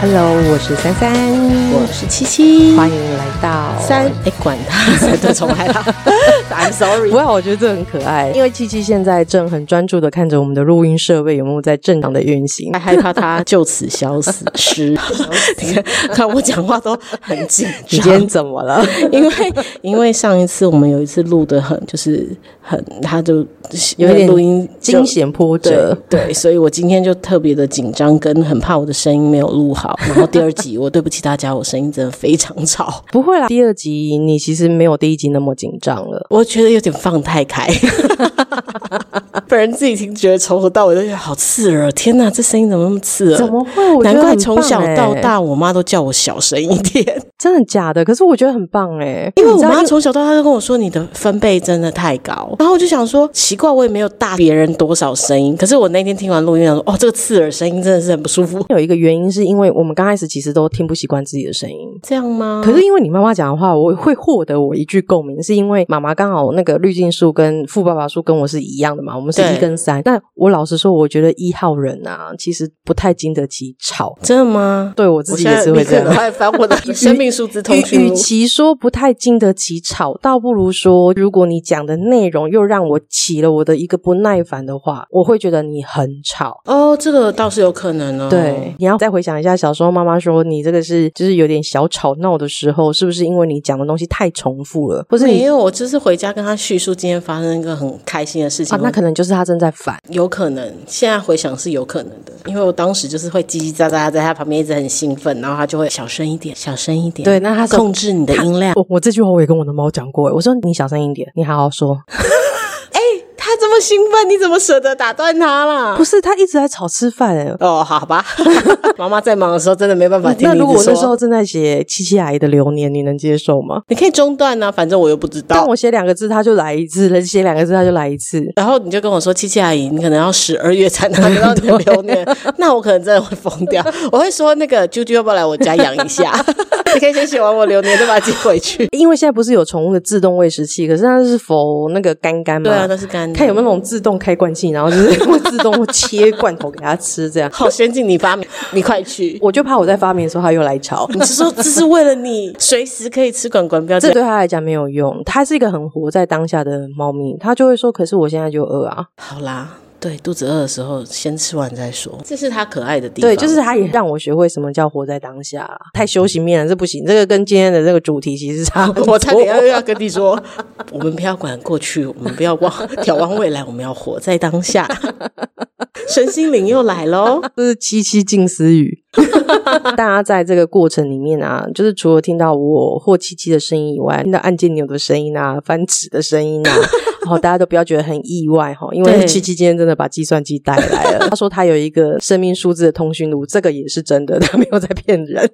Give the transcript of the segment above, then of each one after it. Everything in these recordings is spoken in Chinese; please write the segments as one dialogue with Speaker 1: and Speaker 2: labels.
Speaker 1: Hello，我是三三，
Speaker 2: 我是七七，
Speaker 1: 欢迎来到
Speaker 2: 三哎，管他 三对重来了，I'm sorry
Speaker 1: 不。要，啊我觉得这很可爱，因为七七现在正很专注的看着我们的录音设备有没有在正常的运行
Speaker 2: 还。害怕他就此消失失。你看，看我讲话都很紧
Speaker 1: 你今天
Speaker 2: 张，
Speaker 1: 怎么了？
Speaker 2: 因为因为上一次我们有一次录的很就是很，他就
Speaker 1: 有一点
Speaker 2: 录音 就
Speaker 1: 惊险波
Speaker 2: 对
Speaker 1: 折，
Speaker 2: 对，所以我今天就特别的紧张，跟很怕我的声音没有录好。然后第二集，我对不起大家，我声音真的非常吵，
Speaker 1: 不会啦。第二集你其实没有第一集那么紧张了。
Speaker 2: 我觉得有点放太开，不然自己听觉得从头到尾都觉得好刺耳。天哪，这声音怎么那么刺耳？
Speaker 1: 怎么会？我觉
Speaker 2: 难
Speaker 1: 得
Speaker 2: 怪
Speaker 1: 很
Speaker 2: 从
Speaker 1: 棒
Speaker 2: 小到
Speaker 1: 欸，
Speaker 2: 大，我妈都叫我小声一点，
Speaker 1: 真的假的？可是我觉得很棒哎，
Speaker 2: 因为我
Speaker 1: 你知道
Speaker 2: 妈从小到大都跟我说你的分贝真的太高。然后我就想说，奇怪，我也没有大别人多少声音。可是我那天听完录音，想说，哦，这个刺耳声音真的是很不舒服。
Speaker 1: 有一个原因是因为我们刚开始其实都听不习惯自己的声音。
Speaker 2: 这样吗？
Speaker 1: 可是因为你妈妈讲的话，我会获得我一句共鸣，是因为妈妈刚好那个滤镜数跟富爸爸数跟我是一样的嘛，我们是
Speaker 2: 对
Speaker 1: 一跟三。但我老实说，我觉得一号人啊，其实不太经得起吵。
Speaker 2: 真的吗？
Speaker 1: 对我自
Speaker 2: 我
Speaker 1: 己
Speaker 2: 现
Speaker 1: 也
Speaker 2: 在
Speaker 1: 是会
Speaker 2: 立
Speaker 1: 这
Speaker 2: 刻
Speaker 1: 样
Speaker 2: 赶。快翻我的生命数字通
Speaker 1: 与
Speaker 2: 讯
Speaker 1: 与
Speaker 2: 录。
Speaker 1: 其说不太经得起吵，倒不如说，如果你讲的内容又让我起了我的一个不耐烦的话，我会觉得你很吵。
Speaker 2: 哦，这个倒是有可能哦。
Speaker 1: 对，，你要再回想一下，小时候妈妈说你这个是就是有点小吵闹的时候，是不是因为你讲的东西太重复了，或是
Speaker 2: 没
Speaker 1: 你
Speaker 2: 有，我就是回家跟他叙述今天发生一个很开心的事情。
Speaker 1: 啊，那可能就是他正在烦。
Speaker 2: 有可能，现在回想是有可能的，因为我当时就是会叽叽喳喳在他旁边一直很兴奋，然后他就会小声一点，小声一点，
Speaker 1: 对，，那他是
Speaker 2: 控制你的音量。
Speaker 1: 我我这句话我也跟我的猫讲过，我说你小声一点，你好好说。
Speaker 2: 他这么兴奋，你怎么舍得打断他啦
Speaker 1: 不？是，它一直在吵吃饭哎。
Speaker 2: 哦，好 吧，妈妈在忙的时候真的没办法听
Speaker 1: 那
Speaker 2: 你一直
Speaker 1: 如果我那时候
Speaker 2: 说
Speaker 1: 正在写七七阿姨的流年，你能接受吗？
Speaker 2: 你可以中断啊，反正我又不知
Speaker 1: 但
Speaker 2: 道。
Speaker 1: 我写两个字，它就来一次；人写两个字，它就来一次。
Speaker 2: 然后你就跟我说，七七阿姨，你可能要十二月才拿得到你的流年， 那我可能真的会疯掉。我会说，那个啾啾要不要来我家养一 下？你可以先写完我流年，再把它寄回去。
Speaker 1: 因为现在不是有宠物的自动喂食器，可是它是否那个干干嘛？
Speaker 2: 对啊，那是干的。
Speaker 1: 看有没有那种自动开罐器，然后就是 会自动切罐头给它吃，这样
Speaker 2: 好先进，你发明，你快去！
Speaker 1: 我就怕我在发明的时候它又来吵。
Speaker 2: 你是说这是为了你随时可以吃管管，不要这
Speaker 1: 这
Speaker 2: 样，
Speaker 1: 对他来讲没有用，它是一个很活在当下的猫咪，它就会说：“可是我现在就饿啊。
Speaker 2: 好啦，对，肚子饿的时候先吃完再说，这是它可爱的”地方。
Speaker 1: 对，就是它也让我学会什么叫活在当下啦。太休息面了，这不行，这个跟今天的这个主题其实差很多。
Speaker 2: 我差点要又要跟你说， 我们不要管过去，我们不要忘眺望未来，我们要活在当 下。身心灵又来喽，
Speaker 1: 这是七七近思 语。大家在这个过程里面啊，就是除了听到我或七七的声音以外，听到按键钮的声音啊、翻纸的声音啊， 然后大家都不要觉得很意外哈，因为
Speaker 2: 对
Speaker 1: 七七今天真的把计算机带来 了。他说他有一个生命数字的通讯录，这个也是真的，他没有在骗 人。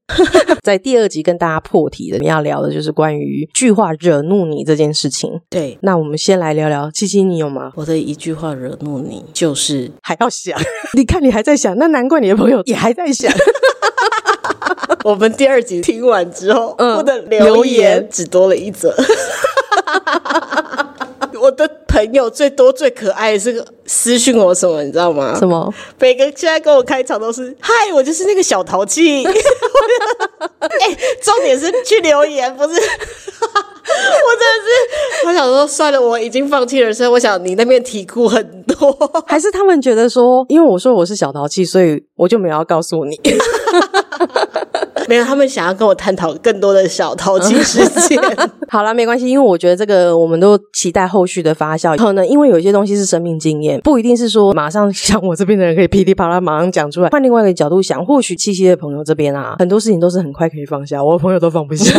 Speaker 1: 在第二集跟大家破题的，我们要聊的就是关于句话惹怒你这件事情。
Speaker 2: 对。
Speaker 1: 那我们先来聊聊七七，你有吗？
Speaker 2: 我的一句话惹怒你，就是
Speaker 1: 还要想？ 你看你还在想，那难怪你的朋友也还在想。
Speaker 2: 我们第二集听完之后，
Speaker 1: 嗯
Speaker 2: 我的
Speaker 1: 留
Speaker 2: 留言
Speaker 1: 言
Speaker 2: 只多了一则。 我的朋友最多最可爱的是私讯我什么，你知道吗？
Speaker 1: 什么？
Speaker 2: 每个现在跟我开场都是“嗨，我就是那个小淘 气”，哎、重点是去留言， 不是。我真的是，我想说算了，我已经放弃人生。我想你那边题库很 多，
Speaker 1: 还是他们觉得说，因为我说我是小淘气，所以我就没有要告诉你。
Speaker 2: 没有，他们想要跟我探讨更多的小淘气事 件。
Speaker 1: 好啦，没关系，因为我觉得这个我们都期待后续的发酵。可能因为有一些东西是生命经验，不一定是说马上像我这边的人可以噼里啪啦马上讲出来。 换另外一个角度想，或许七夕的朋友这边 啊，很多事情都是很快可以放下，我的朋友都放不下。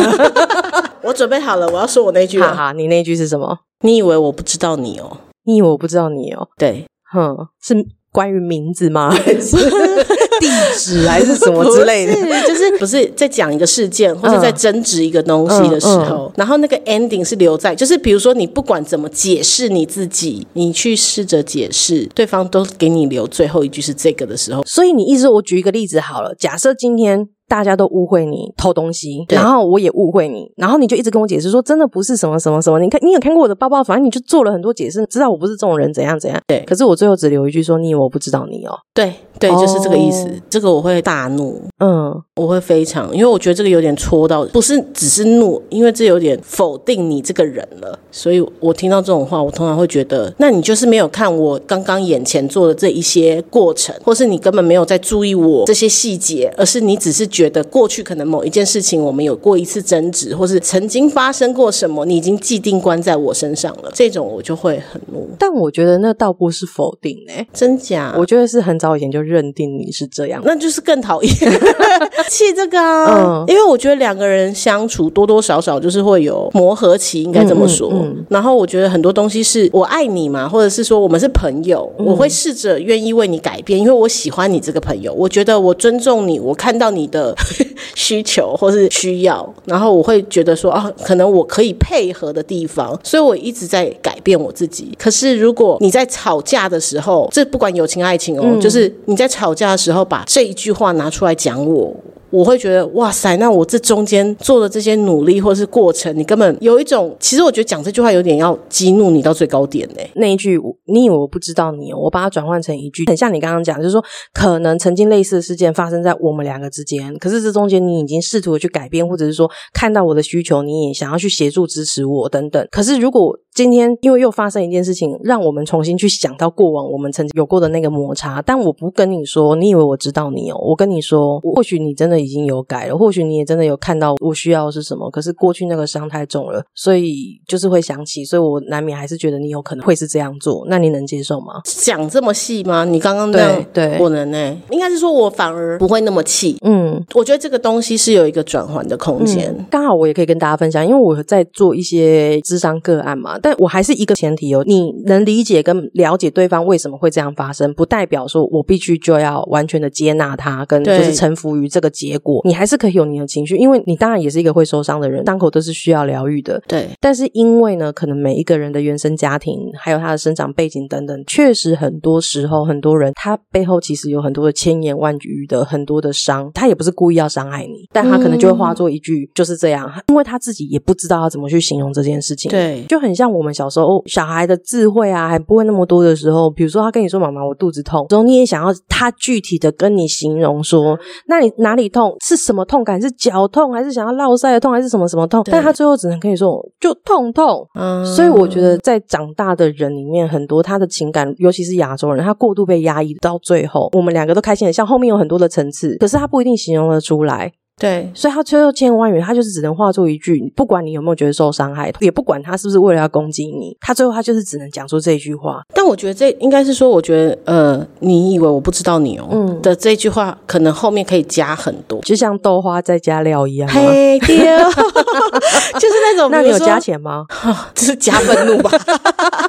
Speaker 2: 我准备好了，我要说我那句
Speaker 1: 哈
Speaker 2: 了。
Speaker 1: 哈，你那一句是什么？
Speaker 2: 你以为我不知道你哦？
Speaker 1: 你以为我不知道你哦？
Speaker 2: 对，
Speaker 1: 哼，是关于名字 吗？还是地址还是什么之类的？嗯
Speaker 2: 不是，就是不是在讲一个事件，或者在争执一个东西的时候，然后那个 ending 是留在，就是比如说你不管怎么解释你自己，你去试着解释，对方都给你留最后一句是这个的时候，
Speaker 1: 所以你意思，我举一个例子好了，假设今天大家都误会你偷东西，
Speaker 2: 对
Speaker 1: 然后我也误会你，然后你就一直跟我解释说真的不是什么什么什么，你看你有看过我的包包，反正你就做了很多解释，知道我不是这种人怎样怎样。
Speaker 2: 对
Speaker 1: 可是我最后只留一句说你以为我不知道你哦，
Speaker 2: 对对，就是这个意思。
Speaker 1: 哦
Speaker 2: 这个我会大怒，
Speaker 1: 嗯，
Speaker 2: 我会非常，因为我觉得这个有点戳到，不是只是怒，因为这有点否定你这个人了。所以我听到这种话，我通常会觉得，那你就是没有看我刚刚眼前做的这一些过程，或是你根本没有在注意我这些细节，而是你只是觉得过去可能某一件事情我们有过一次争执，或是曾经发生过什么，你已经既定关在我身上了。这种我就会很怒，
Speaker 1: 但我觉得那倒不是否定诶、
Speaker 2: 真假？
Speaker 1: 我觉得是很早以前就认定你是这样。
Speaker 2: 那就是更讨厌 气这个
Speaker 1: 嗯
Speaker 2: 啊，因为我觉得两个人相处多多少少就是会有磨合期，应该这么说。
Speaker 1: 嗯嗯
Speaker 2: 然后我觉得很多东西是我爱你嘛，或者是说我们是朋友，
Speaker 1: 嗯
Speaker 2: 我会试着愿意为你改变，因为我喜欢你这个朋友，我觉得我尊重你，我看到你的 需求或是需要，然后我会觉得说啊，可能我可以配合的地方，所以我一直在改变我自己。可是如果你在吵架的时候，这不管友情爱情哦，
Speaker 1: 嗯
Speaker 2: 就是你在吵架的时候把这一句话拿出来讲我。我会觉得哇塞，那我这中间做的这些努力或是过程，你根本有一种，其实我觉得讲这句话有点要激怒你到最高点呢、欸
Speaker 1: 那一句“你以为我不知道你哦”，我把它转换成一句，很像你刚刚讲，就是说，可能曾经类似的事件发生在我们两个之间，可是这中间你已经试图地去改变，或者是说看到我的需求，你也想要去协助支持我等等。可是如果今天因为又发生一件事情，让我们重新去想到过往我们曾经有过的那个摩擦，但我不跟你说，你以为我知道你哦，我跟你说，或许你真的已经有改了，或许你也真的有看到我需要的是什么，可是过去那个伤太重了，所以就是会想起，所以我难免还是觉得你有可能会是这样做，那你能接受吗？
Speaker 2: 讲这么细吗？你刚刚那样，
Speaker 1: 对对
Speaker 2: 我能呢、应该是说我反而不会那么气。
Speaker 1: 嗯，
Speaker 2: 我觉得这个东西是有一个转换的空间。
Speaker 1: 嗯刚好我也可以跟大家分享，因为我在做一些智商个案嘛，但我还是一个前提哦，你能理解跟了解对方为什么会这样发生，不代表说我必须就要完全的接纳他，跟就
Speaker 2: 对
Speaker 1: 是臣服于这个结果，你还是可以有你的情绪，因为你当然也是一个会受伤的人，伤口都是需要疗愈的，
Speaker 2: 对，
Speaker 1: 但是因为呢，可能每一个人的原生家庭，还有他的生长背景等等，确实很多时候，很多人他背后其实有很多的千言万语的很多的伤，他也不是故意要伤害你，但他可能就会化作一句、就是这样，因为他自己也不知道要怎么去形容这件事情。。
Speaker 2: 对，
Speaker 1: 就很像我们小时候小孩的智慧啊，还不会那么多的时候，比如说他跟你说“妈妈，我肚子痛”，然后你也想要他具体的跟你形容说，那你哪里痛，是什么痛感，是脚痛，还是想要落腮的痛，还是什么什么痛？
Speaker 2: 对
Speaker 1: 但他最后只能跟你说就痛痛。
Speaker 2: 嗯
Speaker 1: 所以我觉得，在长大的人里面，很多他的情感，尤其是亚洲人，他过度被压抑到最后，我们两个都开心的笑，后面有很多的层次，可是他不一定形容得出来。
Speaker 2: 对，
Speaker 1: 所以他最后千言万语，他就是只能化作一句，不管你有没有觉得受伤害，也不管他是不是为了要攻击你，他最后他就是只能讲出这一句话。
Speaker 2: 但我觉得这应该是说，我觉得呃，你以为我不知道你哦、
Speaker 1: 嗯
Speaker 2: 的这句话，可能后面可以加很多。
Speaker 1: 就像豆花再加料一样啊、
Speaker 2: 嘿丢， 就是那种，
Speaker 1: 那你
Speaker 2: 比
Speaker 1: 有
Speaker 2: 如说
Speaker 1: 加？钱吗？
Speaker 2: 这是加愤怒吧？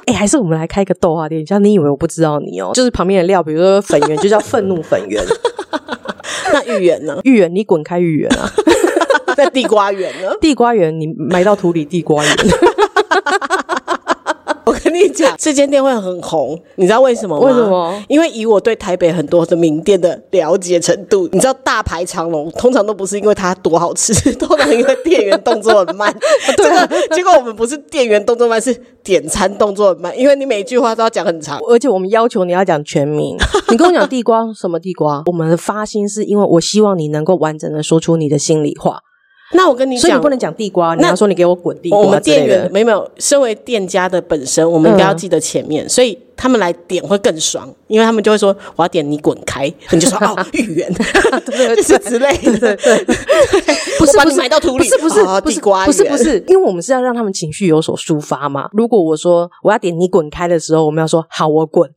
Speaker 1: 哎、还是我们来开一个豆花店，像你以为我不知道你哦，就是旁边的料，比如说粉圆，就叫愤怒粉圆，
Speaker 2: 那芋圆呢？
Speaker 1: 芋圆你滚开芋圆啊，
Speaker 2: 那地瓜圆 呢？
Speaker 1: 地瓜圆你埋到土里地瓜圆，
Speaker 2: 我跟你讲，这间店会很红，你知道为什么吗？
Speaker 1: 为什么？
Speaker 2: 因为以我对台北很多的名店的了解程度，你知道大排长龙通常都不是因为它多好吃， 通常因为店员动作很慢。 对、
Speaker 1: 啊
Speaker 2: 结果我们不是店员动作慢，是点餐动作很慢，因为你每一句话都要讲很长。
Speaker 1: 而且我们要求你要讲全名，你跟我讲地瓜什么地瓜，我们的发心是因为我希望你能够完整的说出你的心里话。
Speaker 2: 那我跟你
Speaker 1: 所以
Speaker 2: 讲，
Speaker 1: 你不能讲地瓜，你
Speaker 2: 那
Speaker 1: 要说你给我滚地
Speaker 2: 哦我
Speaker 1: 瓜
Speaker 2: 们
Speaker 1: 之类
Speaker 2: 店
Speaker 1: 的
Speaker 2: 员。没有没有，身为店家的本身，我们应该
Speaker 1: 嗯
Speaker 2: 要记得前面，所以他们来点会更爽，因为他们就会说我要点你滚开，你就说哦芋圆， 就是之类的，对对
Speaker 1: 不是
Speaker 2: 我把
Speaker 1: 不
Speaker 2: 你
Speaker 1: 是
Speaker 2: 埋到土里，
Speaker 1: 不是不是
Speaker 2: 哦
Speaker 1: 不是
Speaker 2: 地瓜
Speaker 1: 不是
Speaker 2: 圆
Speaker 1: 不是，因为我们是要让他们情绪有所抒发嘛。如果我说我要点你滚开的时候，我们要说好我滚，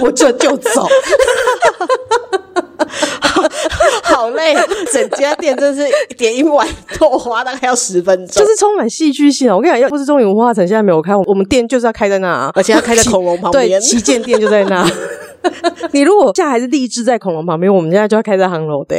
Speaker 1: 我这就走。
Speaker 2: 好累，整家店真是点一碗豆花大概要十分钟
Speaker 1: 就，是充满戏剧性啊！我跟你讲，要不是中影文化城现在没有开，我们店就是要开在那、啊，
Speaker 2: 而且要开在恐龙旁边
Speaker 1: 对，旗舰店就在那。你如果下还是立志在恐龙旁边，我们现在就要开在航楼的、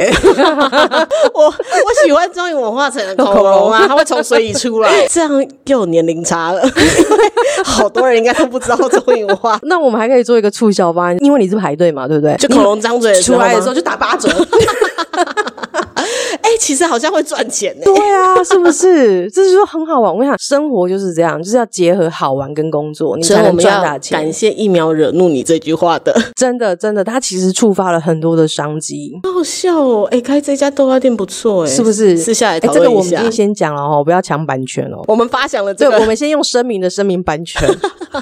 Speaker 2: 我我喜欢中影文化城的恐龙 啊，它会从水里出来， 这样又有年龄差了，因为 好多人应该都不知道中影文化。
Speaker 1: 那我们还可以做一个促销方案，因为你是排队嘛，对不对？
Speaker 2: 就恐龙张嘴的
Speaker 1: 出来的
Speaker 2: 吗
Speaker 1: 时候就打八折。
Speaker 2: 哎、其实好像会赚钱 呢、
Speaker 1: 对啊，是不 是？这就是很好玩。我跟你讲，生活就是这样，就是要结合好玩跟工作，你
Speaker 2: 所以
Speaker 1: 才
Speaker 2: 我
Speaker 1: 能
Speaker 2: 们
Speaker 1: 赚
Speaker 2: 要
Speaker 1: 大
Speaker 2: 感
Speaker 1: 钱。
Speaker 2: 谢疫苗惹怒你这句话的，
Speaker 1: 真的，真的，它其实触发了很多的商机。
Speaker 2: 好好笑哦！哎、开这家豆花店不错哎、
Speaker 1: 是不是？
Speaker 2: 私下来
Speaker 1: 哎
Speaker 2: 讨
Speaker 1: 这个
Speaker 2: 论
Speaker 1: 我
Speaker 2: 一
Speaker 1: 们今
Speaker 2: 下。
Speaker 1: 天先讲了哦，不要抢版权哦。
Speaker 2: 我们发想了
Speaker 1: 对
Speaker 2: 这，个，
Speaker 1: 我们先用声明的声明版 权，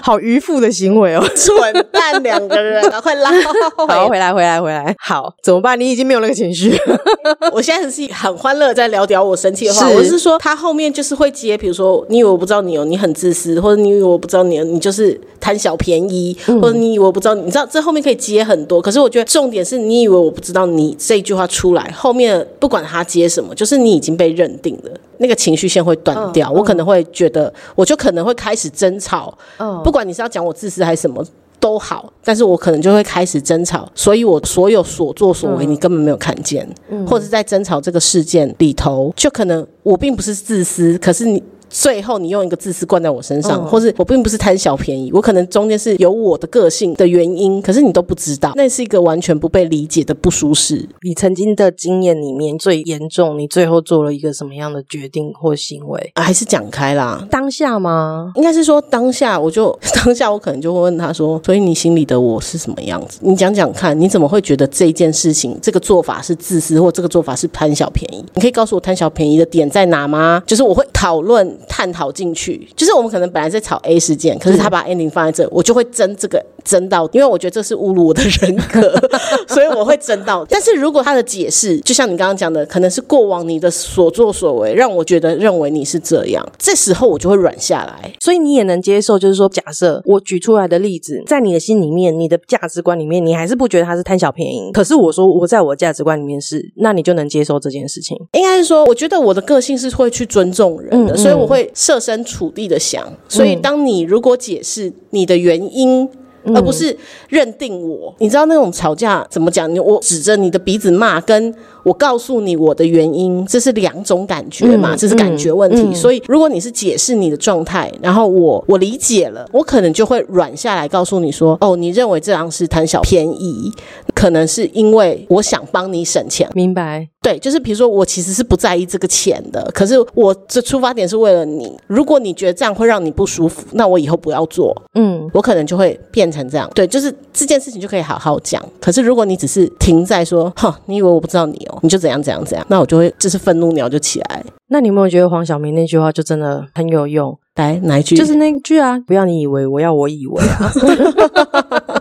Speaker 1: 好愚妇的行为哦。
Speaker 2: 蠢蛋两个人， 赶快拉
Speaker 1: 好，
Speaker 2: 回
Speaker 1: 回来，回来，回来。好，怎么办？你已经没有那个情绪了。
Speaker 2: 我现在是很欢乐地在聊聊我生气的话，
Speaker 1: 是
Speaker 2: 我是说他后面就是会接，比如说你以为我不知道你有，你很自私，或者你以为我不知道你有，你就是贪小便宜，或者你以为我不知道你，你知道这后面可以接很多。可是我觉得重点是你以为我不知道你这句话出来，后面不管他接什么，就是你已经被认定了，那个情绪线会断掉。我可能会觉得，我就可能会开始争吵，
Speaker 1: 嗯
Speaker 2: 不管你是要讲我自私还是什么。都好，但是我可能就会开始争吵，所以我所有所作所为你根本没有看见，或者在争吵这个事件里头，就可能我并不是自私，可是你。最后，你用一个自私灌在我身上，或是我并不是贪小便宜，我可能中间是有我的个性的原因，可是你都不知道，那是一个完全不被理解的不舒适。
Speaker 1: 你曾经的经验里面最严重，你最后做了一个什么样的决定或行为？
Speaker 2: 啊还是讲开啦，
Speaker 1: 当下吗？
Speaker 2: 应该是说当下我就 当下我可能就会问他说，所以你心里的我是什么样子？你讲讲看，你怎么会觉得这件事情这个做法是自私，或这个做法是贪小便宜？你可以告诉我贪小便宜的点在哪吗？就是我会讨论探讨进去，就是我们可能本来在吵 A 事件，可是他把 ending 放在这，我就会争这个争到，因为我觉得这是侮辱我的人格， 所以我会争到。但是如果他的解释，就像你刚刚讲的，可能是过往你的所作所为让我觉得认为你是这样，这时候我就会软下来。
Speaker 1: 所以你也能接受，就是说，假设我举出来的例子，在你的心里面、你的价值观里面，你还是不觉得他是贪小便宜。可是我说，我在我价值观里面是，那你就能接受这件事情。
Speaker 2: 应该是说，我觉得我的个性是会去尊重人的，所以我会设身处地的想。所以，当你如果解释你的原因，而不是认定我，你知道那种吵架怎么讲？你我指着你的鼻子骂，跟我告诉你我的原因，这是两种感觉嘛，这是感觉问题。所以，如果你是解释你的状态，然后我我理解了，我可能就会软下来，告诉你说，哦，你认为这样是贪小便宜，可能是因为我想帮你省钱。
Speaker 1: 明白？
Speaker 2: 对，就是比如说，我其实是不在意这个钱的，可是我这出发点是为了你。如果你觉得这样会让你不舒服，那我以后不要做，
Speaker 1: 嗯，
Speaker 2: 我可能就会变成这样。对，就是这件事情就可以好好讲。可是如果你只是停在说，哼，你以为我不知道你哦，你就怎样怎样怎样，那我就会就是愤怒鸟就起来。
Speaker 1: 那你有没有觉得黄晓明那句话就真的很有用？
Speaker 2: 来哪一句？
Speaker 1: 就是那句啊，不要你以为，我要我以为 啊，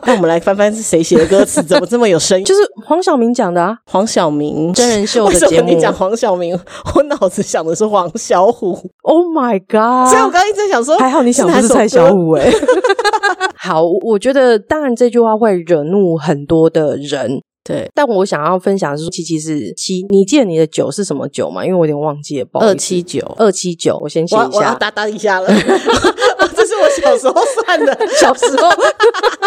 Speaker 2: 那我们来翻翻是谁写的歌词，怎么这么有深 意？
Speaker 1: 就是黄晓明讲的啊，
Speaker 2: 黄晓明
Speaker 1: 真人秀
Speaker 2: 为
Speaker 1: 的
Speaker 2: 什
Speaker 1: 节
Speaker 2: 么
Speaker 1: 目。
Speaker 2: 你讲黄晓明，我脑子想的是黄小虎，
Speaker 1: Oh my
Speaker 2: 所以我
Speaker 1: god！
Speaker 2: 刚刚一直在想说，
Speaker 1: 还好你想的是
Speaker 2: 哪首
Speaker 1: 蔡小
Speaker 2: 歌
Speaker 1: 虎哎、 好，我觉得当然这句话会惹怒很多的人，
Speaker 2: 对。
Speaker 1: 但我想要分享的是七七是七，你记得你的酒是什么酒吗？因为我有点忘记了，不好意思
Speaker 2: 二七九，
Speaker 1: 二七九，我先写
Speaker 2: 我要
Speaker 1: 一
Speaker 2: 我要
Speaker 1: 下。
Speaker 2: 哒哒一下了， 这是我小时候算的，
Speaker 1: 小时候，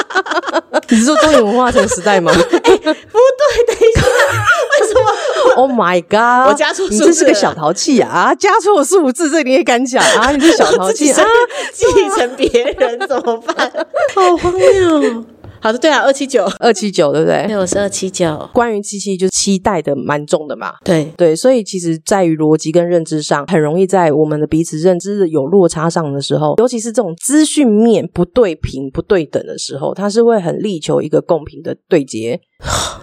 Speaker 1: 你是说中原文化城时 代吗
Speaker 2: 不对，等一下，为什么？
Speaker 1: ？Oh my god！
Speaker 2: 我加错数字
Speaker 1: 你
Speaker 2: 了
Speaker 1: 这是个小淘气啊！啊加错数字，这你也敢讲啊？你是 小淘
Speaker 2: 自己
Speaker 1: 气啊
Speaker 2: 生？继承别人怎么办？好荒谬！好的，对啊，二七九，
Speaker 1: 二七九对不对？
Speaker 2: 我是二七九，
Speaker 1: 关于七七，就是期待的蛮重的嘛。
Speaker 2: 对，
Speaker 1: 对，所以其实在于逻辑跟认知上，很容易在我们的彼此认知有落差上的时候，尤其是这种资讯面不对平、不对等的时候，它是会很力求一个公平的对接。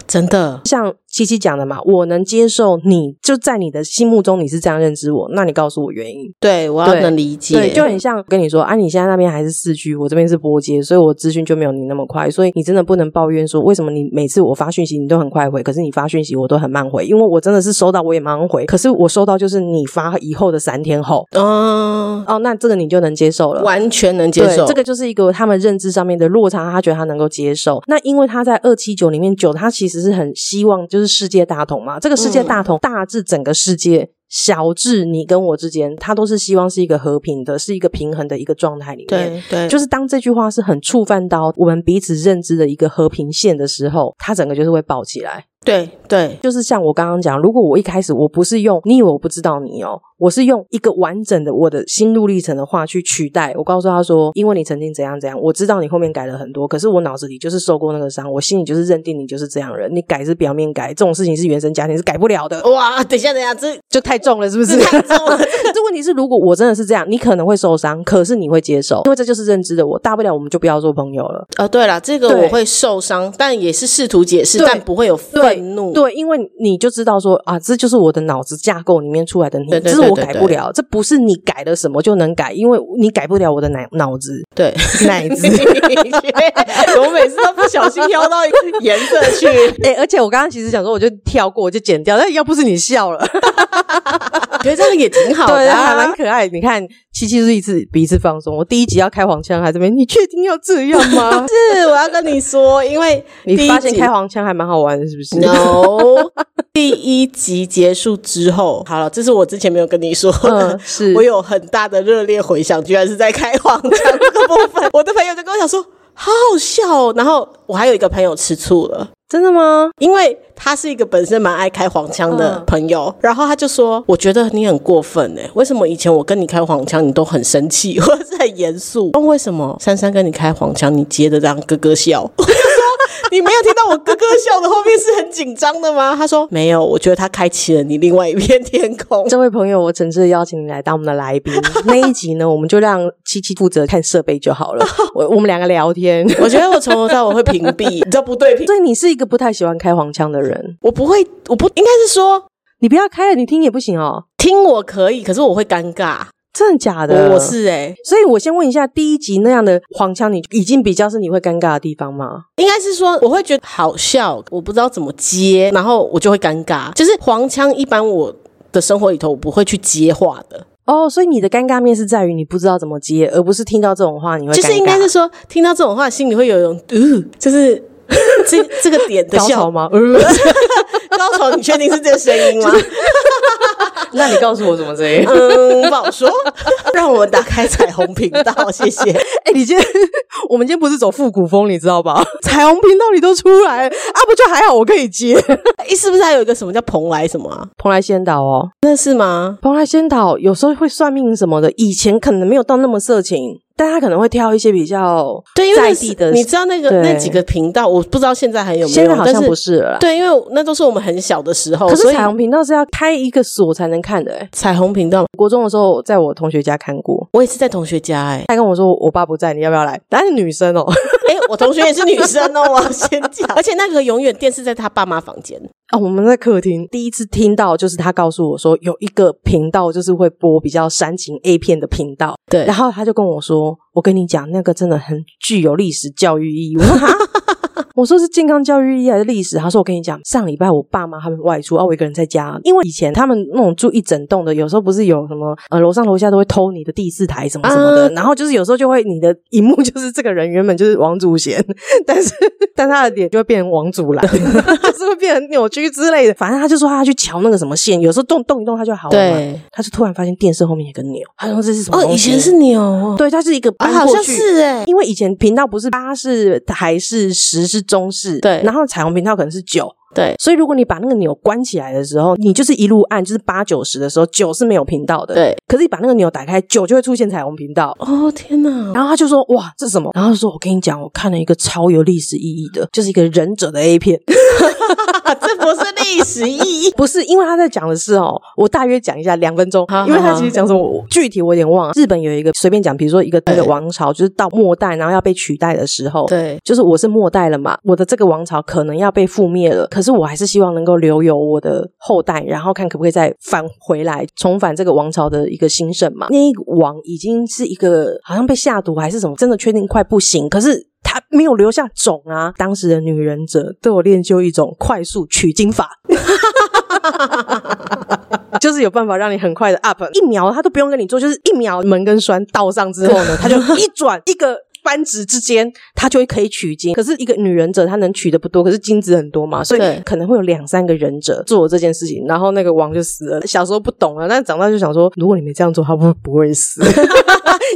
Speaker 2: 真的，
Speaker 1: 像七七讲的嘛，我能接受你就在你的心目中你是这样认知我，那你告诉我原因。
Speaker 2: 对我要
Speaker 1: 对
Speaker 2: 能理解，
Speaker 1: 对，就很像跟你说啊，你现在那边还是市区，我这边是波街，所以我资讯就没有你那么快，所以你真的不能抱怨说为什么你每次我发讯息你都很快回，可是你发讯息我都很慢回，因为我真的是收到我也马上回，可是我收到就是你发以后的三天后，
Speaker 2: 嗯，
Speaker 1: 哦，那这个你就能接受了。
Speaker 2: 完全能接
Speaker 1: 对，
Speaker 2: 受
Speaker 1: 这个就是一个他们认知上面的落差，他觉得他能够接受。那因为他在二七
Speaker 2: 嗯
Speaker 1: 九里面九，他其实是很希望就是世界大同嘛，这个世界大同、大致整个世界小至你跟我之间，他都是希望是一个和平的，是一个平衡的一个状态里面。
Speaker 2: 对对，
Speaker 1: 就是当这句话是很触犯到我们彼此认知的一个和平线的时候，它整个就是会爆起来。
Speaker 2: 对对
Speaker 1: 就是像我刚刚讲，如果我一开始我不是用“你以为我不知道你哦”，我是用一个完整的我的心路历程的话去取代。我告诉他说：“因为你曾经怎样怎样，我知道你后面改了很多，可是我脑子里就是受过那个伤，我心里就是认定你就是这样人。你改是表面改，这种事情是原生家庭是改不了的，
Speaker 2: 哇，等一下等一下，这
Speaker 1: 就太重了，是不是？”
Speaker 2: 这太重了
Speaker 1: 这问题是，如果我真的是这样，你可能会受伤，可是你会接受，因为这就是认知的我。大不了我们就不要做朋友了。
Speaker 2: 呃，对了，这个
Speaker 1: 对
Speaker 2: 我会受伤，但也是试图解释，
Speaker 1: 对
Speaker 2: 但不会有愤怒。
Speaker 1: 对，因为你就知道说啊，这就是我的脑子架构里面出来的你，
Speaker 2: 对对
Speaker 1: 这是我
Speaker 2: 对对
Speaker 1: 改不了，这不是你改了什么就能改，因为你改不了我的脑脑子
Speaker 2: 对，
Speaker 1: 奶子。
Speaker 2: 我每次都不小心飘到颜色去。
Speaker 1: 哎、而且我刚刚其实想说，我就跳过，我就剪掉，但 要不是你笑了，
Speaker 2: 觉得这样也挺好
Speaker 1: 对，
Speaker 2: 的、
Speaker 1: 还
Speaker 2: 啊，？
Speaker 1: 蛮可爱。你看，七七是一次比一次放松。我第一集要开黄腔，还这边，你确定要这样吗
Speaker 2: 是我要跟你说，因为
Speaker 1: 你
Speaker 2: 第一
Speaker 1: 发现
Speaker 2: 集
Speaker 1: 开黄腔还蛮好玩的，是不是？
Speaker 2: no 第一集结束之后，好了，这是我之前没有跟你说的。
Speaker 1: 嗯，是
Speaker 2: 我有很大的热烈回响，居然是在开黄腔这个部分。我的朋友就跟我讲说，好好笑哦。然后我还有一个朋友吃醋了。
Speaker 1: 真的吗？
Speaker 2: 因为他是一个本身蛮爱开黄腔的
Speaker 1: 嗯
Speaker 2: 朋友，然后他就说：“我觉得你很过分哎、为什么以前我跟你开黄腔，你都很生气 或者是很严肃？那为什么珊珊跟你开黄腔，你接的这样咯 咯笑？”我就说：“你没有听到我咯咯笑的后面是很紧张的吗？”他说：“没有，我觉得他开启了你另外一片天空。
Speaker 1: 这位朋友，我诚挚的邀请你来当我们的来宾。那一集呢，我们就让七七负责看设备就好了。我我们两个聊天。”
Speaker 2: 我觉得我从头到尾会屏蔽， 你知道不对屏，
Speaker 1: 所以你是一个不太喜欢开黄腔的人，
Speaker 2: 我不会，我不应该是说
Speaker 1: 你不要开了，你听也不行哦。
Speaker 2: 听我可以，可是我会尴尬。
Speaker 1: 真的假的？
Speaker 2: 我我。是哎、
Speaker 1: 所以我先问一下，第一集那样的黄腔，你已经比较是你会尴尬的地方吗？
Speaker 2: 应该是说，我会觉得好笑，我不知道怎么接，然后我就会尴尬。就是黄腔，一般我的生活里头，我不会去接话的，
Speaker 1: 哦，所以你的尴尬面是在于你不知道怎么接，而不是听到这种话你会尴
Speaker 2: 就
Speaker 1: 尬
Speaker 2: 是应该是说，听到这种话，心里会有一种，呃，就是这这个点的
Speaker 1: 高潮
Speaker 2: 笑
Speaker 1: 吗？
Speaker 2: 高潮。你确定是这个声音吗？
Speaker 1: 那你告诉我怎么这 样？
Speaker 2: 嗯，不 好说。让我们打开彩虹频道，谢谢。
Speaker 1: 哎、你今天我们今天不是走复古风，你知道吧？ 彩虹频道你都出来了啊，不就还好，我可以接。
Speaker 2: 诶，是不是还有一个什么叫蓬莱什么啊？
Speaker 1: 蓬莱仙岛哦，
Speaker 2: 那是吗？
Speaker 1: 蓬莱仙岛有时候会算命什么的，以前可能没有到那么色情，但他可能会挑一些比较
Speaker 2: 对，因为
Speaker 1: 在
Speaker 2: 那
Speaker 1: 地
Speaker 2: 是
Speaker 1: 的，
Speaker 2: 你知道那个
Speaker 1: 对
Speaker 2: 那几个频道，我不知道现在还有没有，
Speaker 1: 现在好像
Speaker 2: 但
Speaker 1: 不是了啦。哦
Speaker 2: 对，因为那都是我们很小的时候，
Speaker 1: 可是
Speaker 2: 所以
Speaker 1: 彩虹频道是要开一个锁才能看的、欸，
Speaker 2: 彩虹频道，
Speaker 1: 国中的时候在我同学家看过，
Speaker 2: 我也是在同学家 哎、欸，
Speaker 1: 他跟我说我爸不在，你要不要来？但是女生哦、
Speaker 2: 哎、我同学也是女生哦， 我要先讲，而且那个永远电视在他爸妈房间，
Speaker 1: 啊，我们在客厅第一次听到，就是他告诉我说有一个频道就是会播比较煽情 A 片的频道，
Speaker 2: 对
Speaker 1: 然后他就跟我说：“我跟你讲，那个真的很具有历史教育意义。”我说：“哈。” 我说是健康教育意义还是历史？他说：“我跟你讲，上礼拜我爸妈他们外出，啊，我一个人在家，因为以前他们那种住一整栋的，有时候不是有什么呃楼上楼下都会偷你的第四台什么什么的，
Speaker 2: 啊
Speaker 1: 然后就是有时候就会你的荧幕就是这个人原本就是王祖贤，但是但他的脸就会变成王祖蓝， 就是会变成扭曲之类的。反正他就说他要去瞧那个什么线，有时候动动一动他就好了嘛。他就突然发现电视后面有个钮，他说这是什么
Speaker 2: 哦，
Speaker 1: 东西？
Speaker 2: 以前是牛哦，
Speaker 1: 对，它是一个
Speaker 2: 啊，
Speaker 1: 搬
Speaker 2: 好
Speaker 1: 过
Speaker 2: 像
Speaker 1: 去。
Speaker 2: 是哎、
Speaker 1: 因为以前频道不是八是台式、十是中式，
Speaker 2: 对
Speaker 1: 然后彩虹频道可能是九，
Speaker 2: 对
Speaker 1: 所以如果你把那个钮关起来的时候，你就是一路按，就是八九十的时候，九是没有频道的，。
Speaker 2: 对，
Speaker 1: 可是你把那个钮打开，九就会出现彩虹频道，
Speaker 2: 哦天 哪，
Speaker 1: 然后他就说：“哇，这是什么？”然后他说：“我跟你讲，我看了一个超有历史意义的，就是一个忍者的 A 片。
Speaker 2: 啊这不是历史意义
Speaker 1: 不是，因为他在讲的是哦，我大约讲一下两分 钟
Speaker 2: 好，好
Speaker 1: 因为他其实讲什么我具体我有点忘了。日本有一个随便讲，比如说一个那个王朝，就是到末代，然后要被取代的时候，
Speaker 2: 对。
Speaker 1: 就是我是末代了嘛，我的这个王朝可能要被覆灭了，可是我还是希望能够留有我的后代，然后看可不可以再返回来，重返这个王朝的一个兴盛嘛。那一王已经是一个好像被下毒还是什么，真的确定快不行，可是。他没有留下种啊！当时的女忍者都有练就一种快速取经法，就是有办法让你很快的 up，一秒他都不用跟你做，就是一秒门跟栓倒上之后呢，他就一转一个扳指之间，她就可以取经。可是一个女忍者，她能取的不多，可是精子很多嘛，所以
Speaker 2: 对
Speaker 1: 可能会有两三个忍者做这件事情，然后那个王就死了。小时候不懂啊，但长大就想说，如果你没这样做，他不不会 死。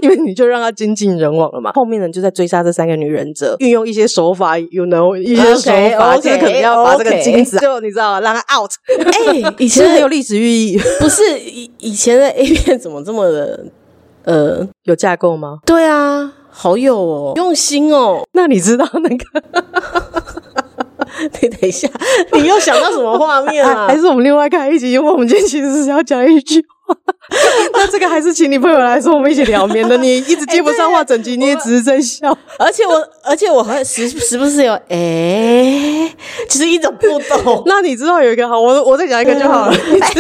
Speaker 1: 因为你就让他精尽人亡了嘛。后面人就在追杀这三个女忍者，运用一些手法，you know，一些手法
Speaker 2: OK，OK，
Speaker 1: 就是可能要把这个
Speaker 2: OK
Speaker 1: 精子啊就你知道让他 out，
Speaker 2: 哎、以
Speaker 1: 其实很有
Speaker 2: 前
Speaker 1: 历史寓意，
Speaker 2: 不是以以前的 A 片怎么这么的呃？
Speaker 1: 有架构吗？
Speaker 2: 对啊，好有哦，用心哦。
Speaker 1: 那你知道那个
Speaker 2: 你等一下，你又想到什么画面 啊？
Speaker 1: 还是我们另外开一集？因为我们今天其实是要讲一句话， 那这个还是请你朋友来说，我们一起聊，免得你一直接不上话，整集你也只是在笑。
Speaker 2: 而且我，而且我还时时不时有哎、其实一种不 懂。
Speaker 1: 那你知道有一个好，我我再讲一个就好了。你知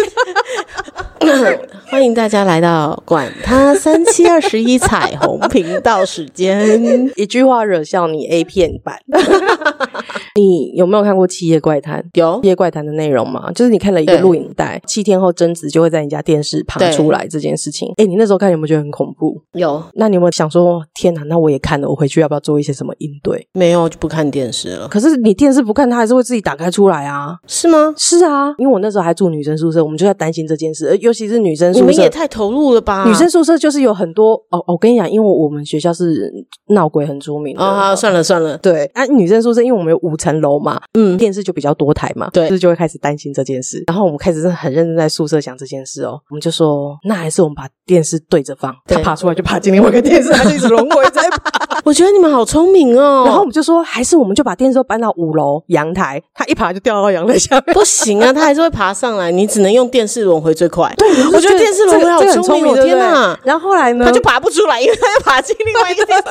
Speaker 2: 欢迎大家来到管他三七二十一彩虹频道时间。
Speaker 1: 一句话惹笑你 A 片版。 你有没有看过《七夜怪谈》？
Speaker 2: 有
Speaker 1: 《七夜怪谈》的内容吗？就是你看了一个
Speaker 2: 对
Speaker 1: 录影带，七天后贞子就会在你家电视爬
Speaker 2: 对
Speaker 1: 出来这件事情。哎、你那时候看有没有觉得很恐怖？
Speaker 2: 有
Speaker 1: 那你有没有想说，天哪，那我也看了，我回去要不要做一些什么应对？
Speaker 2: 没有就不看电视了？
Speaker 1: 可是你电视不看，它还是会自己打开出来啊。
Speaker 2: 是吗？
Speaker 1: 是啊，因为我那时候还住女生宿舍，我们就在担心这件事，呃尤其是女生
Speaker 2: 你
Speaker 1: 宿
Speaker 2: 们
Speaker 1: 舍
Speaker 2: 也。太投入了吧？
Speaker 1: 女生宿舍就是有很多哦，我跟你讲，因为我们学校是闹鬼很出名的
Speaker 2: 哦，好，算了算了，
Speaker 1: 对，啊，女生宿舍因为我们有五层楼嘛，
Speaker 2: 嗯
Speaker 1: 电视就比较多台嘛，
Speaker 2: 对
Speaker 1: 就是就会开始担心这件事。然后我们开始真的很认真在宿舍想这件事哦，我们就说，那还是我们把电视对着放，
Speaker 2: 对
Speaker 1: 他爬出来就爬进另外一个电视，他就一直轮回在爬。
Speaker 2: 我觉得你们好聪明 哦。
Speaker 1: 然后我们就说，还是我们就把电视都搬到五楼阳台，他一爬就掉到阳台下面。
Speaker 2: 不行啊，它还是会爬上来，你只能用电视轮回最快。对，我觉得
Speaker 1: 这
Speaker 2: 电视轮
Speaker 1: 这
Speaker 2: 回
Speaker 1: 个
Speaker 2: 好
Speaker 1: 这个很
Speaker 2: 聪
Speaker 1: 明，
Speaker 2: 我
Speaker 1: 对不
Speaker 2: 天
Speaker 1: 对
Speaker 2: 哪！
Speaker 1: 然后后来呢？
Speaker 2: 它就爬不出来，因为它要爬进另外一个地 方。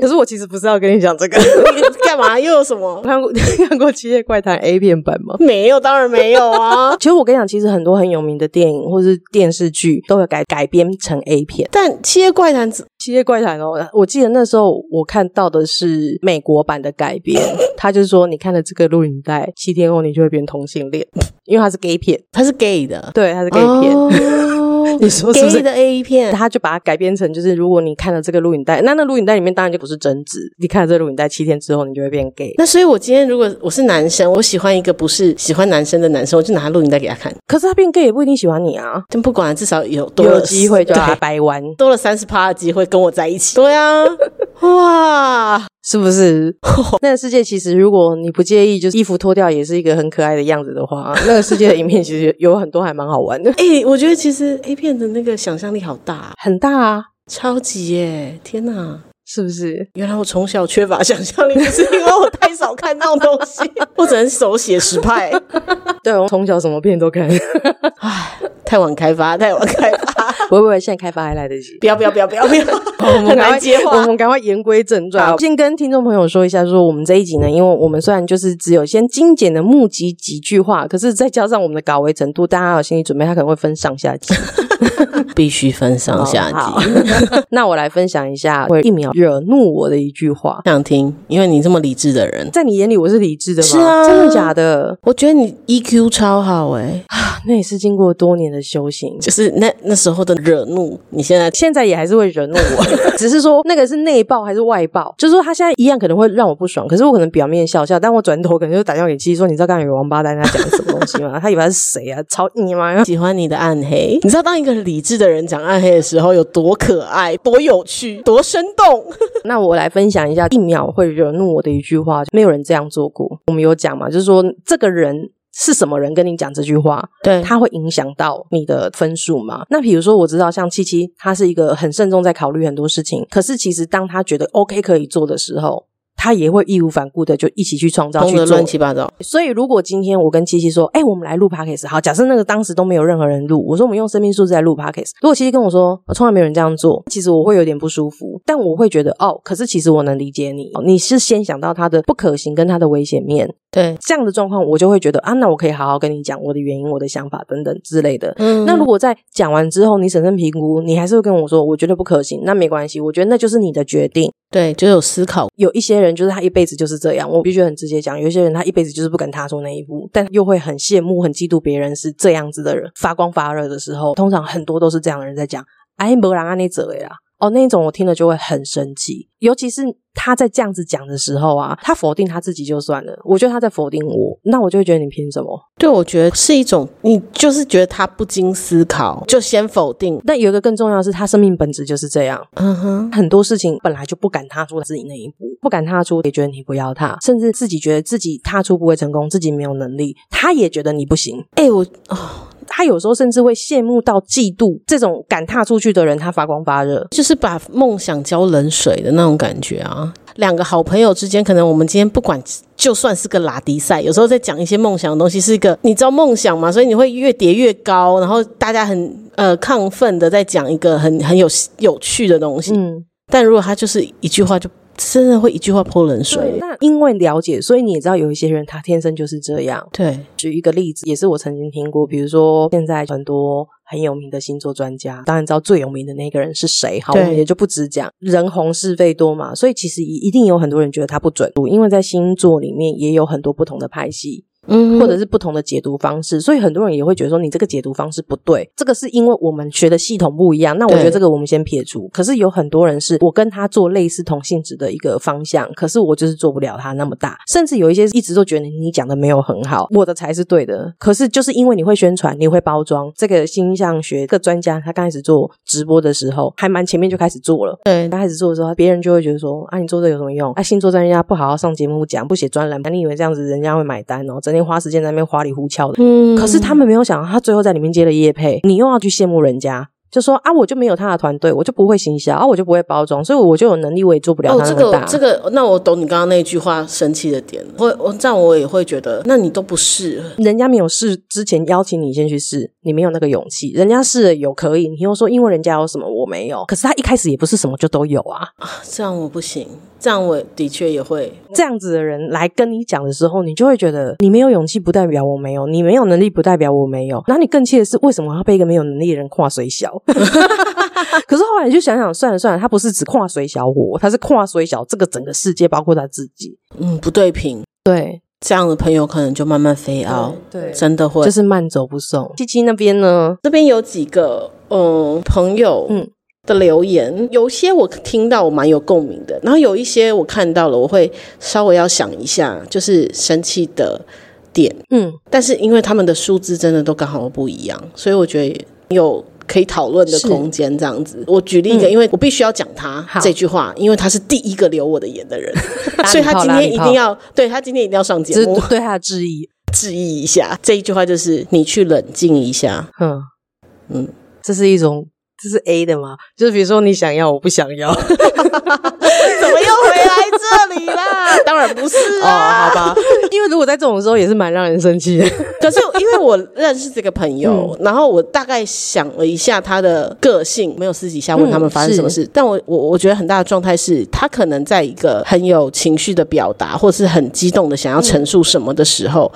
Speaker 1: 可是我其实不是要跟你讲这个，
Speaker 2: 你干嘛？又有什么
Speaker 1: 我？看过 看过《七夜怪谈》A 片版吗？。
Speaker 2: 没有，当然没有 啊
Speaker 1: 其实我跟你讲，其实很多很有名的电影或是电视剧都有改改编成 A 片。
Speaker 2: 但《七夜怪谈》只
Speaker 1: 《七夜怪谈》哦，我记得那时候我看到的是美国版的改 编，他就是说你看了这个录影带，七天后你就会变同性恋，因为它是 gay 片，
Speaker 2: 它是 gay 的
Speaker 1: 对，它是 gay 片，
Speaker 2: 哦
Speaker 1: 你说是不
Speaker 2: ，gay
Speaker 1: 是？
Speaker 2: 的 A 片。
Speaker 1: 他就把它改编成，就是如果你看了这个录影带，那那录影带里面当然就不是贞子。你看了这个录影带七天之后，你就会变 gay。
Speaker 2: 那所以，我今天如果我是男生，我喜欢一个不是喜欢男生的男生，我就拿录影带给他看。
Speaker 1: 可是他变 gay 也不一定喜欢你啊，
Speaker 2: 但不管，至少有多
Speaker 1: 有
Speaker 2: 了
Speaker 1: 机会就把它
Speaker 2: 对，
Speaker 1: 掰弯，
Speaker 2: 多了三十趴的机会跟我在一起。对啊， 哇，
Speaker 1: 是不是？ 那个世界其实，如果你不介意，就是衣服脱掉也是一个很可爱的样子的话，那个世界的影片其实有很多还蛮好玩的，
Speaker 2: 哎、我觉得其实 A 片的那个想象力好大，
Speaker 1: 很大啊。
Speaker 2: 超级耶！天哪，
Speaker 1: 是不是？
Speaker 2: 原来我从小缺乏想象力，不是因为我太少看这种东西， 我只能手写实派。
Speaker 1: 对，我从小什么片都看，
Speaker 2: 唉，太晚开发，太晚开发，
Speaker 1: 不会不会，现在开发还来得及。
Speaker 2: 不要不要不要不要不要，
Speaker 1: 我
Speaker 2: 很
Speaker 1: 们赶快
Speaker 2: 难接
Speaker 1: 我
Speaker 2: 话。
Speaker 1: 们赶快言归正传。先跟听众朋友说一下，说我们这一集呢，因为我们虽然就是只有先精简的募集几句话，可是再加上我们的稿为程度，大家要有心理准备，它可能会分上下集。
Speaker 2: 必须分上
Speaker 1: 哦好 那我来分享一下会一秒惹怒我的一句话，
Speaker 2: 想听，因为你这么理智的人，
Speaker 1: 在你眼里我是理智的吗？
Speaker 2: 是啊
Speaker 1: 真的假的？啊
Speaker 2: 我觉得你 EQ 超好哎、
Speaker 1: 那也是经过多年的修行。
Speaker 2: 就是那那时候的惹怒，你现在
Speaker 1: 现在也还是会惹怒我， 只是说那个是内爆还是外爆，就是说他现在一样可能会让我不爽，可是我可能表面笑笑，但我转头可能就打电话给七说，你知道刚才有王八蛋在讲什么东西吗？他以为他是谁啊？操你妈！
Speaker 2: 喜欢你的暗黑。你知道，当一个理智的人讲暗黑的时候，有多可爱、多有趣、多生动。
Speaker 1: 那我来分享一下一秒会惹怒我的一句话，没有人这样做过。我们有讲嘛，就是说这个人。是什么人跟你讲这句话？
Speaker 2: 对
Speaker 1: 它会影响到你的分数吗？那比如说，我知道像七七，他是一个很慎重在考虑很多事情，可是其实当他觉得 OK 可以做的时候，他也会义无反顾的就一起去创造
Speaker 2: 通
Speaker 1: 去
Speaker 2: 的
Speaker 1: 做
Speaker 2: 乱。七八糟。
Speaker 1: 所以如果今天我跟七七说，哎、我们来录 podcast，好，假设那个当时都没有任何人录，我说我们用生命数字来录 podcast，如果七七跟我说呃从来没有人这样做，其实我会有点不舒服，但我会觉得哦，可是其实我能理解你，你是先想到它的不可行跟它的危险面，
Speaker 2: 对，
Speaker 1: 这样的状况，我就会觉得啊，那我可以好好跟你讲我的原因、我的想法等等之类的。
Speaker 2: 嗯
Speaker 1: 那如果在讲完之后，你审慎评估，你还是会跟我说，我觉得不可行，那没关系，我觉得那就是你的决定。
Speaker 2: 对，就有思考。
Speaker 1: 有一些人就是他一辈子就是这样，我必须很直接讲，有一些人他一辈子就是不敢踏出那一步，但又会很羡慕、很嫉妒别人是这样子的人，发光发热的时候，通常很多都是这样的人在讲，哎，没人安尼做的啦。哦，那一种我听了就会很生气，尤其是他在这样子讲的时候啊，他否定他自己就算了，我觉得他在否定我，那我就会觉得你凭什么？
Speaker 2: 对，我觉得是一种，你就是觉得他不经思考就先否定，
Speaker 1: 但有一个更重要的是，他生命本质就是这样，
Speaker 2: 嗯哼，
Speaker 1: 很多事情本来就不敢踏出自己那一步，不敢踏出，也觉得你不要踏，甚至自己觉得自己踏出不会成功，自己没有能力，他也觉得你不行，
Speaker 2: 哎、我
Speaker 1: 他有时候甚至会羡慕到嫉妒这种敢踏出去的人，他发光发热。
Speaker 2: 就是把梦想浇冷水的那种感觉啊。两个好朋友之间，可能我们今天不管，就算是个拉迪赛，有时候在讲一些梦想的东西，是一个你知道梦想嘛，所以你会越叠越高，然后大家很呃亢奋的在讲一个很很有有趣的东西。
Speaker 1: 嗯，
Speaker 2: 但如果他就是一句话就，真的会一句话泼冷水。
Speaker 1: 那因为了解，所以你也知道有一些人他天生就是这样。
Speaker 2: 对，
Speaker 1: 举一个例子，也是我曾经听过，比如说现在很多很有名的星座专家，当然知道最有名的那个人是谁，好，我
Speaker 2: 对
Speaker 1: 们也就不只讲人红是非多嘛，所以其实一定有很多人觉得他不准，因为在星座里面也有很多不同的派系，
Speaker 2: 嗯
Speaker 1: 或者是不同的解读方式，所以很多人也会觉得说你这个解读方式不对，这个是因为我们学的系统不一样。那我
Speaker 2: 对
Speaker 1: 觉得这个我们先撇除。可是有很多人是我跟他做类似同性质的一个方向，可是我就是做不了他那么大，甚至有一些一直都觉得你讲的没有很好，我的才是对的。可是就是因为你会宣传，你会包装，这个星象学这个专家他刚开始做直播的时候，还蛮前面就开始做了。
Speaker 2: 对，
Speaker 1: 刚开始做的时候，别人就会觉得说：“啊，你做这有什么用？啊，星座专家不好好上节目讲，不写专栏，啊你以为这样子人家会买单哦？整天花时间在那边花里胡俏的。
Speaker 2: 嗯
Speaker 1: 可是他们没有想到，他最后在里面接了叶配，你又要去羡慕人家，就说：“啊，我就没有他的团队，我就不会行销，啊，我就不会包装，所以我就有能力，我也做不了
Speaker 2: 哦，
Speaker 1: 他
Speaker 2: 这
Speaker 1: 那么大。
Speaker 2: 个这个，那我懂你刚刚那句话生气的点。我我这样我也会觉得，那你都不是，
Speaker 1: 人家没有试之前邀请你先去试，你没有那个勇气。人家试了有可以，你又说因为人家有什么我没有，可是他一开始也不是什么就都有啊。
Speaker 2: 这样我不行，这样我的确也会。
Speaker 1: 这样子的人来跟你讲的时候，你就会觉得你没有勇气，不代表我没有；你没有能力，不代表我没有。然后你更气的是，为什么要被一个没有能力的人跨水小？ 可是后来你就想想，算了算了，他不是只跨水小我，他是跨水小这个整个世界，包括他自己。
Speaker 2: 嗯，不对平，
Speaker 1: 对，
Speaker 2: 这样的朋友可能就慢慢飞傲，
Speaker 1: 对
Speaker 2: 真的会。
Speaker 1: 就是慢走不送。七七那边呢？
Speaker 2: 这边有几个嗯朋友
Speaker 1: 嗯
Speaker 2: 的留言，有些我听到我蛮有共鸣的，然后有一些我看到了，我会稍微要想一下，就是生气的点。
Speaker 1: 嗯，
Speaker 2: 但是因为他们的数字真的都刚好不一样，所以我觉得有可以讨论的
Speaker 1: 是
Speaker 2: 空间。这样子，我举例一个，
Speaker 1: 嗯
Speaker 2: 因为我必须要讲他
Speaker 1: 好
Speaker 2: 这句话，因为他是第一个留我的言 的人
Speaker 1: 拉，你
Speaker 2: 所以他
Speaker 1: 泡
Speaker 2: 今
Speaker 1: 拉
Speaker 2: 天
Speaker 1: 你
Speaker 2: 一
Speaker 1: 泡
Speaker 2: 定要对他今天一定要上节
Speaker 1: 这
Speaker 2: 目
Speaker 1: 是对他的质疑。
Speaker 2: 质疑一下。这一句话就是你去冷静 一下，
Speaker 1: 嗯嗯
Speaker 2: 嗯，
Speaker 1: 这是一种。这是 A 的吗？就是比如说你想要，我不想要。
Speaker 2: 怎么又回来这里啦？当然不是
Speaker 1: 哦，
Speaker 2: 啊，
Speaker 1: 好吧，因为如果在这种时候也是蛮让人生气的。
Speaker 2: 可是因为我认识这个朋友，然后我大概想了一下他的个性，没有私底下问他们发生什么事，但我我我觉得很大的状态是他可能在一个很有情绪的表达，或是很激动的想要陈述什么的时候。